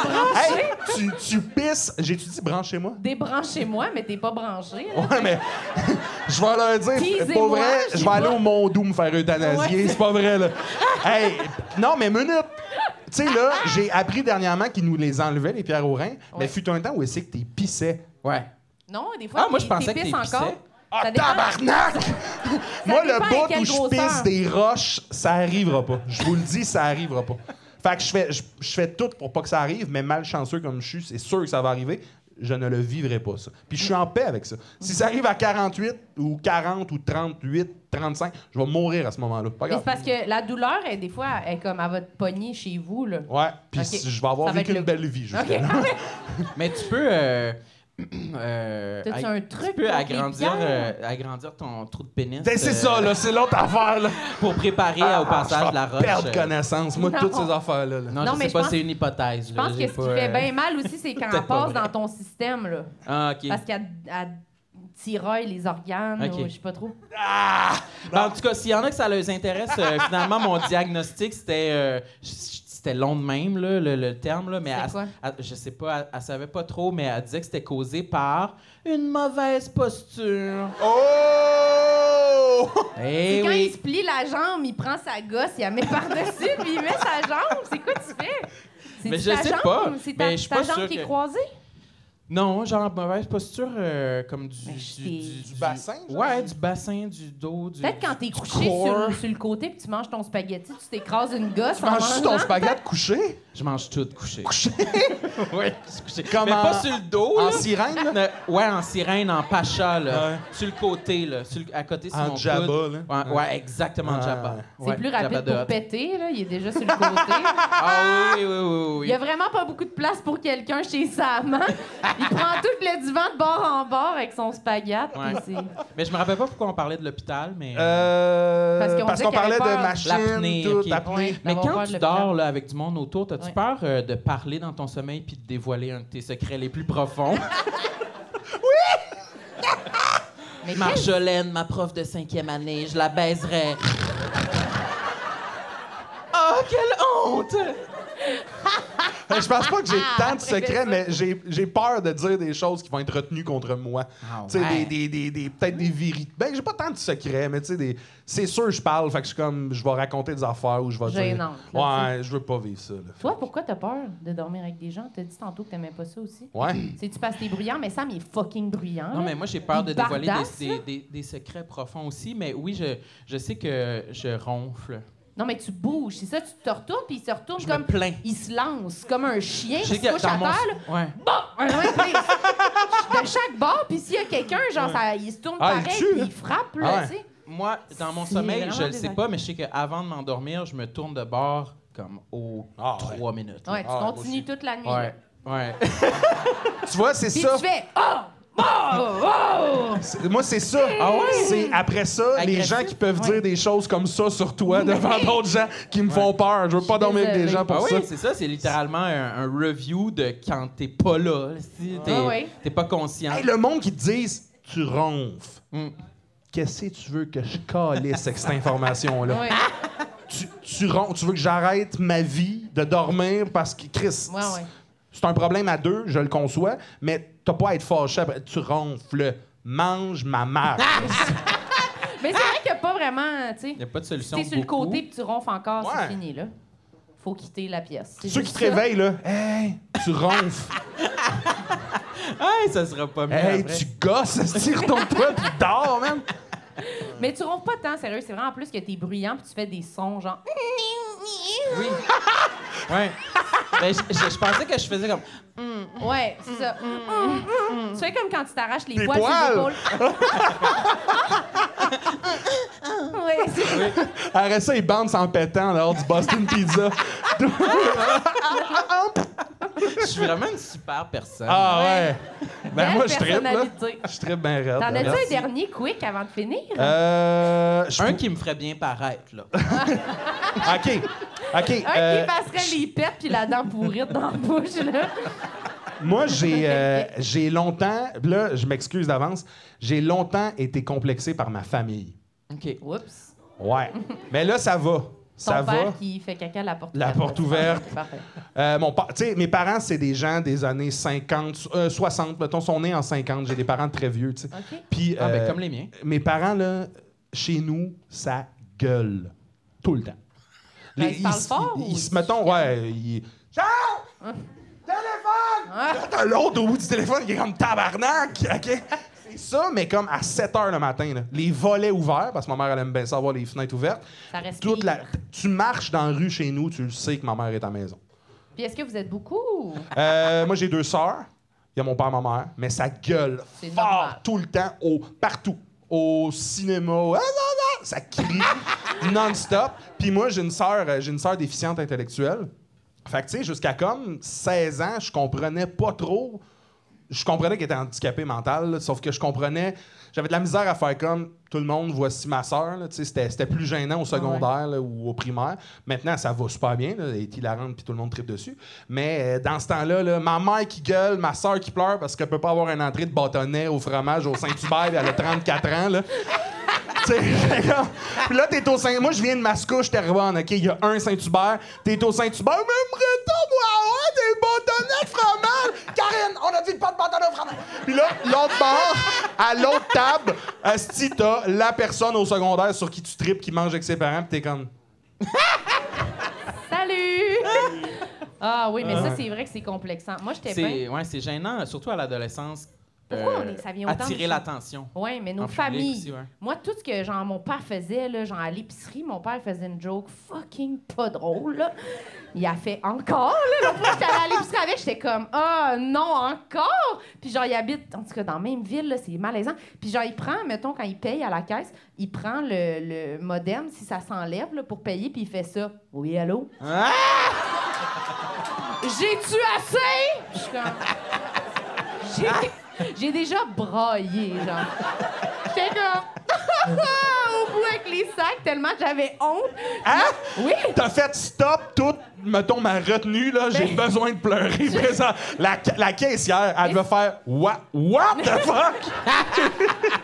B: Branchez-moi pour me débrancher.
D: Hey, tu, tu pisses. J'ai-tu dit branchez-moi?
B: Débranchez-moi, mais t'es pas branché. là.
D: Ouais, mais je vais leur dire, c'est pas
B: Teasez-moi,
D: vrai,
B: je
D: je
B: sais
D: vais aller
B: pas.
D: au Mondou me faire euthanasier,
B: Ouais.
D: c'est pas vrai, là. hey, non, mais minute! Tu sais, là, j'ai appris dernièrement qu'ils nous les enlevaient, les pierres aux reins, mais fut un temps où c'est que t'es pissais.
C: Ouais.
B: Non, des fois,
C: Ah, moi, je
B: t'es-
C: pensais
B: t'es
C: que
B: pisse
C: t'es
B: encore.
C: pissé.
D: Ah,
B: Ça dépend.
D: tabarnak! Moi,
B: dépend
D: le
B: à
D: bout
B: quelle
D: où je
B: grosseur.
D: pisse des roches, ça arrivera pas. Je vous le dis, ça arrivera pas. Fait que je fais, je, je fais tout pour pas que ça arrive, mais malchanceux comme je suis, c'est sûr que ça va arriver. Je ne le vivrai pas, ça. Puis je suis en paix avec ça. Si ça arrive à 48 ou 40 ou 38, 35, je vais mourir à ce moment-là. Pas
B: Mais
D: grave.
B: c'est parce que la douleur, elle, des fois, elle, est comme, elle va te pogner chez vous. Là.
D: Ouais, puis
B: Ok.
D: si- je vais avoir
B: Ça va
D: vécu
B: être
D: une
B: le-
D: belle vie,
B: OK. Ah,
D: jusqu'à là.
C: Mais tu peux. euh, euh,
B: T'as-tu
C: ag-
B: un truc
C: Tu peux
B: contre les
C: agrandir,
B: pierres?
C: euh, agrandir ton trou de pénis.
D: Ben,
C: euh,
D: C'est ça, là, c'est l'autre affaire, là.
C: Pour préparer euh, au passage
D: Je vais
C: de la roche.
D: perdre
C: euh,
D: connaissance, moi, de toutes
B: Non.
D: ces affaires-là. là.
C: Non,
B: Non,
C: je
B: mais
C: sais
B: je
C: pas,
B: pense-
C: c'est une hypothèse.
B: Je pense que ce qui
C: euh,
B: fait bien mal aussi, c'est quand elle
C: hein. peut-être pas
B: passe
C: vrai.
B: dans ton système. Là,
C: Ah, ok.
B: Parce qu'elle elle tiraille les organes,
C: Ok.
B: ou je sais pas trop.
C: Ben, en tout cas, s'il y en a que ça les intéresse, euh, finalement, mon diagnostic, c'était. euh, j- c'était long de même, là, le, le terme, là, mais
B: C'était
C: elle-
B: quoi?
C: elle- je sais pas, elle, elle savait pas trop, mais elle disait que c'était causé par une mauvaise posture.
D: Oh!
C: Eh
B: quand il
C: oui!
B: se plie la jambe, il prend sa gosse, il la met par-dessus, puis il met sa jambe. C'est quoi tu fais? C'est
C: Mais je
B: ta
C: sais
B: jambe?
C: pas.
B: C'est
C: Mais
B: ta,
C: je suis
B: ta
C: pas
B: jambe
C: sûr
B: qui est
C: que-
B: croisée?
C: Non, genre mauvaise posture euh, comme du.
B: Mais
C: Du,
B: c'est-
D: Du bassin, genre?
C: Ouais, du bassin, du dos, du.
B: Peut-être quand t'es
C: du
B: couché
C: corps.
B: sur, sur le côté puis tu manges ton spaghetti, tu t'écrases une gosse
D: Tu
B: en
D: manges ton
B: mangeant.
D: spaghette couché?
C: Je mange tout couché.
D: Couché?
C: ouais, je suis couché.
D: Comme
C: mais
D: en-
C: pas sur le dos,
D: En
C: là.
D: sirène, là?
C: Euh, ouais, en sirène, en pacha, là.
D: Ouais.
C: Sur le côté, là. Sur le- à côté, sur
D: En
C: mon
D: Jabba,
C: coude.
D: là.
C: Ouais, ouais, exactement,
D: Ouais.
C: Jabba.
B: C'est
C: Ouais,
B: plus
C: Jabba
B: rapide
C: de
B: pour
C: Hutt.
B: péter, là. Il est déjà sur le côté.
C: Ah oui, oui, oui, oui,
B: Il
C: oui.
B: y a vraiment pas beaucoup de place pour quelqu'un chez sa maman. Il prend tout le divan de bord en bord avec son spaghette. puis
C: Ouais.
B: c'est-
C: Mais je me rappelle pas pourquoi on parlait de l'hôpital, mais...
D: Euh,
B: Parce qu'on
D: parce
B: disait
D: qu'on
B: qu'elle
D: parlait
B: avait
D: de
B: peur.
D: machine,
C: L'apnée,
D: tout,
C: ok.
D: apnée.
C: Mais
B: D'avoir
C: quand
B: peur
C: tu
B: de
C: dors là, avec du monde autour, t'as-tu
B: Ouais.
C: peur euh, de parler dans ton sommeil puis de dévoiler un de tes secrets les plus profonds?
B: Mais qu'est-ce-
C: Marjolaine, ma prof de cinquième année, je la baiserais. Ah, oh, quelle honte!
D: Fait que je pense pas que j'ai
B: Ah,
D: tant de secrets, mais j'ai j'ai peur de dire des choses qui vont être retenues contre moi.
C: Ah
D: Tu sais,
C: ouais.
D: des, des, des, des- peut-être des vérités. Ben, j'ai pas tant de secrets, mais tu sais, des... c'est sûr je parle, fait que je suis comme, je vais raconter des affaires ou je vais dire...
B: Gênante, là,
D: Ouais, je veux pas vivre ça, là.
B: Toi, pourquoi t'as peur de dormir avec des gens? T'as dit tantôt que t'aimais pas ça aussi.
D: Ouais.
B: C'est tu passes des bruyants, mais Sam, il est fucking bruyant.
C: Non,
B: là.
C: mais moi, j'ai peur de
B: Des
C: dévoiler
B: bardasses,
C: des, des- des- des secrets profonds aussi. Mais oui, je, je sais que je ronfle.
B: Non, mais tu bouges. C'est ça, tu te retournes, puis il se retourne
C: Je me
B: comme.
C: plains.
B: Il se lance comme un chien,
C: Je
B: il
C: sais
B: se
C: que
B: couche à
C: mon-
B: terre, là.
C: Ouais.
B: Bon! Un rein, puis il- de chaque bord, puis s'il y a quelqu'un, genre, ça, il se tourne
D: Ah, il
B: pareil,
D: tue,
B: puis
D: là.
B: il frappe,
D: Ah
B: là,
D: ouais.
B: tu sais.
C: Moi, dans mon
B: C'est
C: sommeil,
B: vraiment
C: je le sais
B: désagréable.
C: pas, mais je sais qu'avant de m'endormir, je me tourne de bord comme aux
D: Ah, ouais.
C: trois minutes. là.
B: Ouais, tu
D: Ah, moi aussi.
B: continues toute la nuit. là.
C: Ouais. Ouais.
D: Tu vois, c'est
B: Puis
D: ça.
B: tu fais Oh! Oh! Oh!
D: C'est- Moi, c'est ça. C'est après ça, les
C: Agressif,
D: gens qui peuvent
C: ouais.
D: dire des choses comme ça sur toi devant d'autres gens qui me font peur. Je veux pas dormir avec des
B: désolée.
D: gens pour
C: Ah
D: ça.
C: oui, c'est ça, c'est littéralement un, un review de quand t'es pas là. là, Si t'es
B: Ah ouais.
C: t'es pas conscient.
D: Hey, le monde qui te dise tu ronfles.
C: Mm.
D: Qu'est-ce que tu veux que je calisse avec cette information-là?
B: Ouais.
D: Tu, tu ronfles. Tu veux que j'arrête ma vie de dormir parce que, Chris,
B: Ouais, ouais.
D: c'est un problème à deux, je le conçois, mais t'as pas à être fâché. après. Tu ronfles. Mange ma mère.
B: Mais c'est vrai qu'il n'y a pas vraiment, tu sais.
C: Il a pas de
B: Si
C: solution.
B: t'es sur le
C: beaucoup.
B: côté puis tu ronfles encore,
D: Ouais.
B: c'est fini, là. Faut quitter la pièce. C'est
D: Ceux qui
B: juste
D: te
B: ça.
D: réveillent, là, hey, tu ronfles.
C: Hey, ça sera pas mieux.
D: Hey,
C: après.
D: tu gosses, tu retourne-toi pis dors, man.
B: Mais tu ronfles pas tant, sérieux. C'est vraiment plus que t'es bruyant puis tu fais des sons, genre.
C: Oui. ouais. Ben, je, je- je pensais que je faisais comme.
B: Ouais, c'est ça. mm, Tu fais comme quand tu t'arraches les
D: Des
B: poils
D: poils.
B: des épaules. ouais, c'est
D: Arrête ça, ils bandent en pétant dehors du Boston Pizza.
C: Je suis vraiment une super personne.
D: Ah ouais. Ben
B: Belle
D: moi, je trippe, là.
B: personnalité.
D: Je trippe bien raide.
B: T'en as-tu
D: là.
B: un dernier quick avant de finir?
D: Euh... je-
C: Un qui me ferait bien paraître, là.
D: OK. OK.
B: Un
D: euh,
B: qui passerait les pets puis la dent pourrite dans la bouche, là.
D: Moi, j'ai euh, j'ai longtemps... Là, je m'excuse d'avance. J'ai longtemps été complexé par ma famille.
C: OK.
B: Oups.
D: Ouais. Mais là, ça va.
B: Ton
D: Ça
B: père
D: va.
B: qui fait caca à la porte
D: La
B: ouverte.
D: porte ouverte.
B: Parfait.
D: Euh, mon pa- tu sais, mes parents, c'est des gens des années 50, euh, 60, mettons, sont nés en 50. J'ai des parents très vieux, tu sais.
B: OK.
D: Puis,
C: Ah, ben,
D: euh,
C: comme les miens.
D: mes parents, là, chez nous, ça gueule. Tout le temps.
B: Ben,
D: Les-
B: ils parlent
D: s-
B: fort
D: Ils
B: ou
D: se
B: ils
D: mettons, ouais. Ils... Charles!
B: Ah.
D: Téléphone! Là, t'as l'autre au bout du téléphone qui est comme tabarnak, OK? C'est ça, mais comme à 7 h le matin, là. les volets ouverts, parce que ma mère, elle aime bien ça avoir les fenêtres ouvertes.
B: Ça respire.
D: Toute la... Tu marches dans la rue chez nous, tu le sais que ma mère est à la maison.
B: Puis est-ce que vous êtes beaucoup? ou-
D: Euh, moi, j'ai deux sœurs. Il y a mon père et ma mère. Mais ça gueule
B: C'est
D: fort
B: normal.
D: tout le temps, au, partout. Au cinéma, au- Ah, non, non! ça crie non-stop. Puis moi, j'ai une sœur euh, j'ai une sœur déficiente intellectuelle. Fait que, tu sais, jusqu'à comme 16 ans, je comprenais pas trop. Je comprenais qu'elle était handicapée mentale, là, sauf que je comprenais. J'avais de la misère à faire comme tout le monde, voici ma sœur. là, tu sais, C'était c'était plus gênant au secondaire là, ou au primaire. Maintenant, ça va super bien. Là, elle est hilarante puis tout le monde tripe dessus. Mais euh, dans ce temps-là, là, ma mère qui gueule, ma sœur qui pleure parce qu'elle peut pas avoir une entrée de bâtonnet au fromage au Saint-Hubert, elle a 34 ans. Là. Tu sais, j'étais comme- Puis là, t'es au Saint... Moi, je viens de Mascouche, Terrebonne, OK? Il y a un Saint-Hubert. T'es au Saint-Hubert. Mais retourne moi avoir des bâtonnets de fromage! Karine, on a dit pas de bâtonnets de fromage! Puis là, l'autre bord, à l'autre table, asti, t'as la personne au secondaire sur qui tu tripes, qui mange avec ses parents, puis t'es comme...
B: Salut! ah oui, mais ça, c'est vrai que c'est complexant. Moi, j'étais bien.
C: C'est ouais, c'est gênant, surtout à l'adolescence. euh,
B: Pourquoi on est- ça vient autant de
C: Attirer
B: chez-
C: l'attention.
B: Oui, mais nos
C: En public
B: familles.
C: aussi, ouais.
B: Moi, tout ce que genre mon père faisait, là, genre à l'épicerie, mon père faisait une joke fucking pas drôle. là. Il a fait encore. Là, l'autre fois, j'étais allée à l'épicerie avec, j'étais comme Ah non, encore! Puis genre, il habite, en tout cas, dans la même ville, là, c'est malaisant. Puis genre, il prend, mettons, quand il paye à la caisse, il prend le, le modem, si ça s'enlève, là, pour payer, puis il fait ça. Oui, allô? J'ai-tu assez? Je suis comme. J'ai- J'ai déjà braillé, genre. J'étais comme. au bout avec les sacs, tellement j'avais honte.
D: Hein?
B: Oui!
D: T'as fait stop toute, mettons, ma retenue, là. J'ai besoin de pleurer. Présent. La, ca- la caissière, elle va faire... What? What the fuck?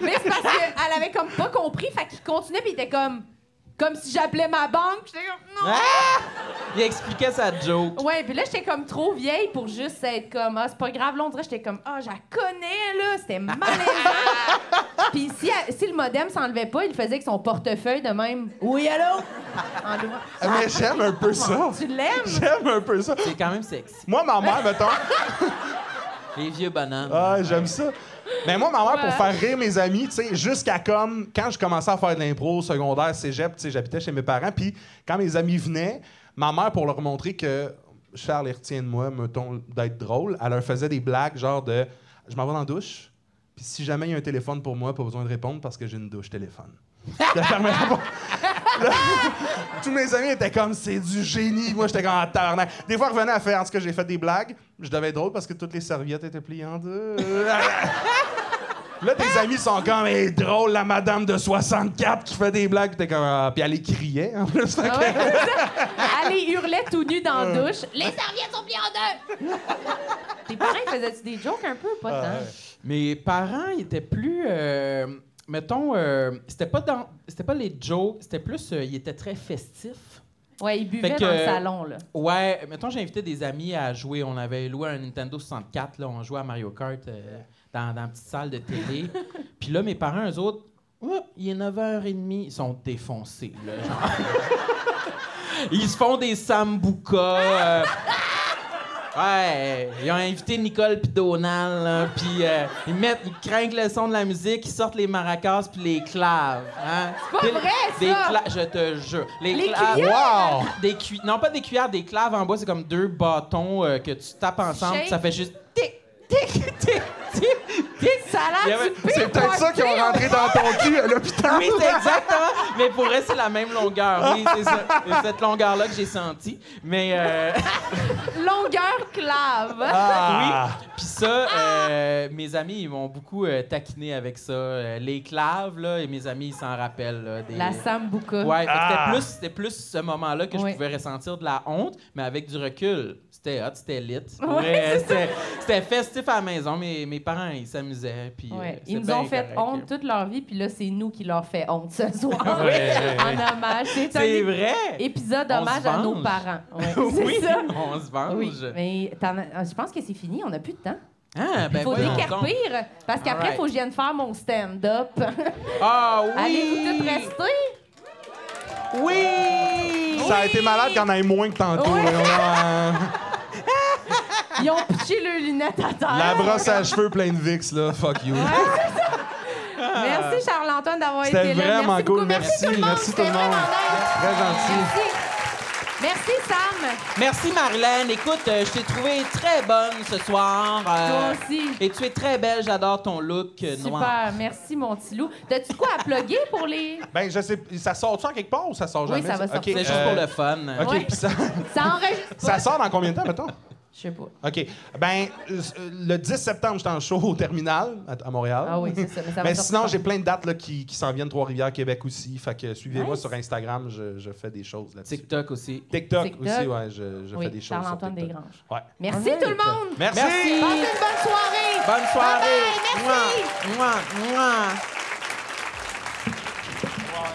B: Mais c'est parce qu'elle avait comme pas compris, fait qu'il continuait, puis il était comme. Comme si j'appelais ma banque. J'étais comme, non.
C: Ah! Il expliquait sa joke.
B: Ouais, puis là, j'étais comme trop vieille pour juste être comme, ah, c'est pas grave. Là, on dirait, j'étais comme, ah, je la connais, là. C'était malaisant. puis si, elle- si le modem s'enlevait pas, il faisait que son portefeuille de même. Oui, allô? En levant.
D: Mais j'aime un peu ça.
B: Tu l'aimes?
D: J'aime un peu ça.
C: C'est quand même sexy.
D: Moi, ma mère, mettons.
C: Les vieux bonhommes.
D: Ah, j'aime ça. Mais moi, ma mère,
B: Ouais.
D: pour faire rire mes amis, tu sais, jusqu'à comme quand je commençais à faire de l'impro au secondaire, cégep, tu sais, j'habitais chez mes parents. Puis quand mes amis venaient, ma mère, pour leur montrer que Charles les retient de moi, mettons, d'être drôle, elle leur faisait des blagues genre de je m'en vais dans la douche, puis si jamais il y a un téléphone pour moi, pas besoin de répondre parce que j'ai une douche téléphone. Je fermais la porte. Là, tous mes amis étaient comme c'est du génie. Moi, j'étais comme en tabarnak. Des fois, revenait à faire en tout cas, j'ai fait des blagues. Je devais être drôle parce que toutes les serviettes étaient pliées en deux. Là, tes amis sont comme, elle est drôle, la madame de 64 qui fait des blagues. Puis T'es comme, ah. puis elle les criait en plus. Fait que-
B: Ah ouais, c'est ça. Allez, hurlait tout nu dans la douche. Les serviettes sont pliées en deux! Tes parents faisaient-tu des jokes un peu ou pas hein? tant?
D: Ah ouais.
C: Mes parents ils étaient plus. euh, mettons, euh, c'était pas dans. C'était pas les jokes, c'était plus. euh, ils étaient très festifs.
B: Ouais, ils buvaient
C: Fait que-
B: dans le salon, là.
C: Ouais, mettons, j'ai invité des amis à jouer. On avait loué un Nintendo 64, là, on jouait à Mario Kart euh, dans, dans une petite salle de télé. Puis là, mes parents, eux autres, Ouais, il est 9h30, ils sont défoncés, là, genre. ils se font des sambuca. euh, Ouais, ils ont invité Nicole puis Donald, là, puis euh, ils mettent, ils craquent le son de la musique, ils sortent les maracas puis les claves, hein.
B: C'est pas
C: Puis-
B: vrai,
C: des
B: ça!
C: cla- je te jure, les,
B: Les
C: claves.
D: cuillères! Ah. Wow!
C: Des cui- non, pas des cuillères, des claves en bois, c'est comme deux bâtons euh, que tu tapes ensemble,
B: Shake.
C: ça fait juste tic, tic, tic, tic, tic.
B: Salade
C: Il y avait-
B: du pire
D: C'est peut-être ça qui
B: poisson.
D: ont rentré dans ton cul à l'hôpital.
C: Oui, c'est exactement. Mais pour elle, c'est la même longueur. Oui, c'est ça. C'est cette longueur-là que j'ai sentie. Mais euh,
B: Longueur clave.
D: Ah.
C: oui. Puis ça, euh, mes amis, ils m'ont beaucoup euh, taquiné avec ça. Euh, les claves, là, et mes amis, ils s'en rappellent. là, des-
B: La sambuca.
C: Ouais, fait que
D: Ah.
C: c'était plus, c'était plus ce moment-là que
B: Ouais.
C: je pouvais ressentir de la honte, mais avec du recul. C'était hot, c'était lit. Pour
B: Ouais,
C: vrai,
B: c'est
C: c'était c'était festif à la maison. Mes, mes parents, ils s'amusaient. puis, euh,
B: Ouais,
C: c'était
B: Ils nous
C: bien
B: ont fait
C: correct.
B: honte toute leur vie, puis là, c'est nous qui leur fait honte ce soir.
D: Ouais, ouais, ouais.
B: En hommage. C'est un
C: C'est
B: é-
C: vrai!
B: épisode
C: On
B: hommage
C: se
B: à nos
C: venge.
B: parents. Ouais,
C: oui,
B: c'est ça.
C: on se venge.
B: Oui, mais t'en as- ah, je pense que c'est fini, on n'a plus de temps.
C: Ah, ben
B: Il faut
C: voyons donc.
B: décarpir, parce qu'après, il
C: Alright.
B: faut que je vienne faire mon stand-up.
C: Ah oui!
B: Allez-vous toutes rester?
C: Oui!
D: Ça a été malade qu'il y en ait moins que tantôt.
B: Ouais.
D: là.
B: Ils ont pitché leurs lunettes à terre.
D: La brosse à cheveux pleine de Vicks, là. Fuck you.
B: Ah. Merci Charles-Antoine d'avoir été là.
D: C'était vraiment
B: Merci
D: cool.
B: beaucoup.
D: Merci, merci tout le
B: C'était
D: monde.
B: vraiment nice.
D: Très gentil.
B: Merci. Merci Sam.
C: Merci Marlène. Écoute, euh, je t'ai trouvé très bonne ce soir. euh,
B: Toi aussi.
C: Et tu es très belle. J'adore ton look euh, noir.
B: Super, merci mon petit loup. T'as-tu quoi à plugger pour les.
D: Ben, je sais, ça sort-tu en quelque part ou ça sort
B: Oui,
D: jamais?
B: ça va
D: OK,
B: sortir.
C: C'est juste
D: euh,
C: pour le fun.
D: OK,
B: Ouais.
D: puis ça,
B: Ça enregistre pas?
D: ça sort dans combien de temps, mettons?
B: Je sais pas.
D: OK. Ben, euh, le 10 septembre, j'étais en show au Terminal, à, à Montréal.
B: Ah oui, c'est ça. Mais, ça va
D: Mais
B: sortir
D: Ben, sinon,
B: quand-
D: j'ai plein de dates là, qui, qui s'en viennent, Trois-Rivières, Québec aussi. Fait que suivez-moi
B: Nice.
D: sur Instagram, je, je fais des choses là-dessus.
C: TikTok aussi.
D: TikTok,
B: TikTok.
D: aussi, ouais, je, je
B: Oui,
D: fais des choses sur
B: Charles-Antoine
D: TikTok.
B: Desgranges.
D: Ouais.
B: Merci tout le monde.
D: Merci!
B: Passez une
C: Merci.
B: bonne soirée.
C: Bonne soirée.
B: Bye bye,
C: Mouah,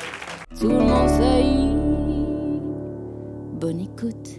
C: mouah, mouah.
A: Tout le monde sait. Bonne écoute.